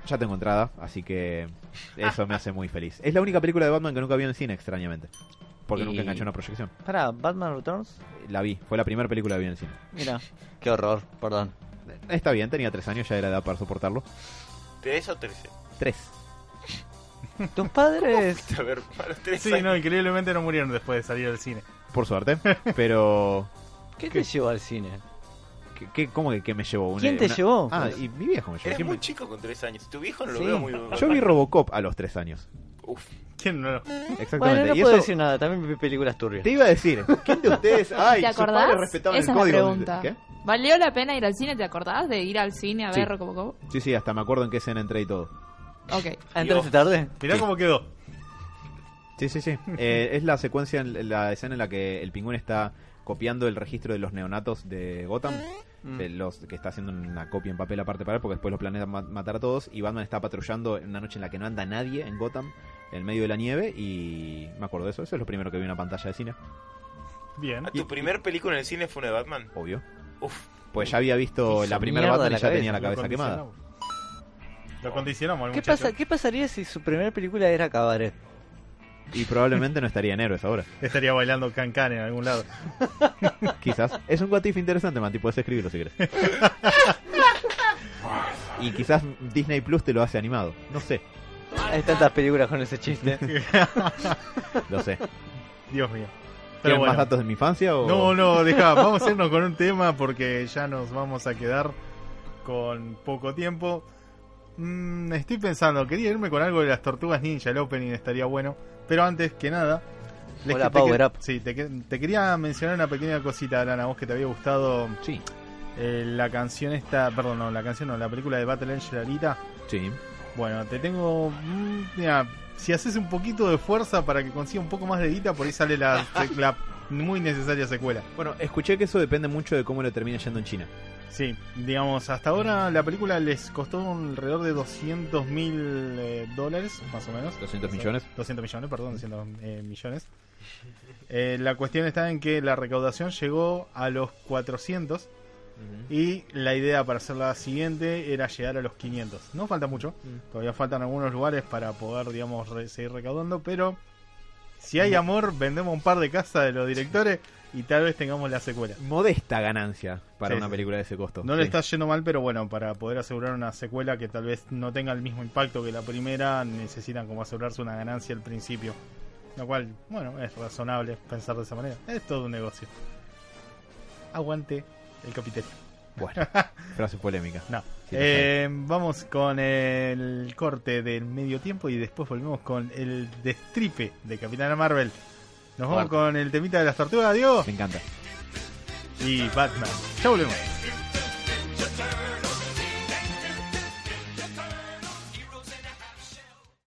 C: ya tengo entrada, así que eso me hace muy feliz. Es la única película de Batman que nunca vi en el cine, extrañamente. Porque
D: Y-
C: nunca enganché una proyección.
D: Pará, Batman Returns.
C: La vi, fue la primera película que vi en el cine.
D: Mira, qué horror, perdón.
C: Está bien, tenía tres años, ya era edad para soportarlo.
B: ¿Tres o trece?
C: Tres.
D: Tus padres.
B: A ver, para los tres
A: Sí,
B: años.
A: no, increíblemente no murieron después de salir del cine.
C: Por suerte. Pero.
D: ¿Qué te llevó al cine?
C: ¿qué, qué- cómo que, que me llevó? Una-
D: ¿Quién te
C: una-
D: llevó?
C: Ah, y mi viejo me llevó.
B: Eres
C: ¿Quién
B: muy
C: me-
B: chico con tres años. Tu viejo no lo
D: Sí.
B: veo muy...
C: Yo vi Robocop a los tres años.
B: Uf,
A: ¿Quién no lo-
C: Exactamente.
D: Bueno, no
C: y
D: puedo
C: eso
D: decir nada, también vi películas turbias.
C: te iba a decir. ¿Quién de ustedes? Ay,
E: ¿Te
C: sus padres
E: acordás?
C: respetaban
E: Esa
C: el
E: es la
C: código.
E: pregunta.
C: ¿Qué?
E: ¿Valió la pena ir al cine? ¿Te acordás de ir al cine a
C: Sí.
E: ver como como?
C: Sí, sí, hasta me acuerdo en qué escena entré y todo.
E: Ok.
D: Ah, ¿Entraste tarde?
A: Mirá
C: Sí.
A: cómo quedó.
C: Sí, sí, sí. Eh, es la secuencia, en- la escena en la que el pingüino está copiando el registro de los neonatos de Gotham. de los que está haciendo una copia en papel aparte para él, porque después los planea ma- matar a todos. Y Batman está patrullando en una noche en la que no anda nadie en Gotham, en medio de la nieve. Y me acuerdo de eso. Eso es lo primero que vi en una pantalla de cine,
A: Bien.
B: ¿a tu primer película en el cine fue una de Batman?
C: obvio.
B: Uf,
C: Pues ya había visto
D: Hizo
C: la primera
D: mierda
C: Batman y
D: la
C: ya
D: cabeza,
C: tenía la
A: Lo
C: cabeza quemada.
A: condicionamos. Lo condicionamos al
D: ¿Qué,
A: muchacho.
D: pasa, ¿Qué pasaría si su primera película era Cabaret?
C: Y probablemente no estaría en héroes ahora.
A: Estaría bailando cancán en algún lado.
C: Quizás. Es un guatif interesante, Manti. Puedes escribirlo si quieres. Y quizás Disney Plus te lo hace animado. No sé.
D: Hay tantas películas con ese chiste.
C: Lo sé.
A: Dios mío. Pero
C: ¿Quieren
A: bueno.
C: más datos de mi infancia o.?
A: No, no, deja, vamos a irnos con un tema porque ya nos vamos a quedar con poco tiempo. Mm, estoy pensando, quería irme con algo de las tortugas ninja, el opening estaría bueno, pero antes que nada...
D: Hola,
A: que- te
D: Power
A: que-
D: Up.
A: Sí, te, que- te quería mencionar una pequeña cosita, Arana, vos que te había gustado
C: Sí.
A: eh, la canción esta, perdón, no, la canción no, la película de Battle Angel ahorita.
C: Sí.
A: Bueno, te tengo... mm, mira, si haces un poquito de fuerza para que consiga un poco más de guita, por ahí sale la- la muy necesaria secuela.
C: Bueno, escuché que eso depende mucho de cómo lo termina yendo en China.
A: Sí, digamos, hasta ahora la película les costó alrededor de 200 mil eh, dólares, más o menos.
C: 200 millones.
A: 200 millones, perdón, 200 eh, millones. Eh, la cuestión está en que la recaudación llegó a los 400 y la idea para hacer la siguiente era llegar a los 500. No falta mucho,
C: Mm.
A: todavía faltan algunos lugares para poder, digamos, re- seguir recaudando, pero si hay amor, vendemos un par de casas de los directores y tal vez tengamos la secuela.
C: Modesta ganancia para
A: Sí,
C: una
A: sí.
C: película de ese costo.
A: No le
C: Sí.
A: está yendo mal, pero bueno, para poder asegurar una secuela que tal vez no tenga el mismo impacto que la primera, necesitan como asegurarse una ganancia al principio. Lo cual, bueno, es razonable pensar de esa manera. Es todo un negocio. Aguante el capitalismo.
C: Bueno, frase polémica.
A: No.
C: Sí,
A: Eh, vamos con el corte del medio tiempo y después volvemos con el destripe de Capitana Marvel. Nos vamos
C: Fuerte.
A: con el temita de las tortugas, Diego,
C: Me encanta.
A: y Batman. Ya volvemos.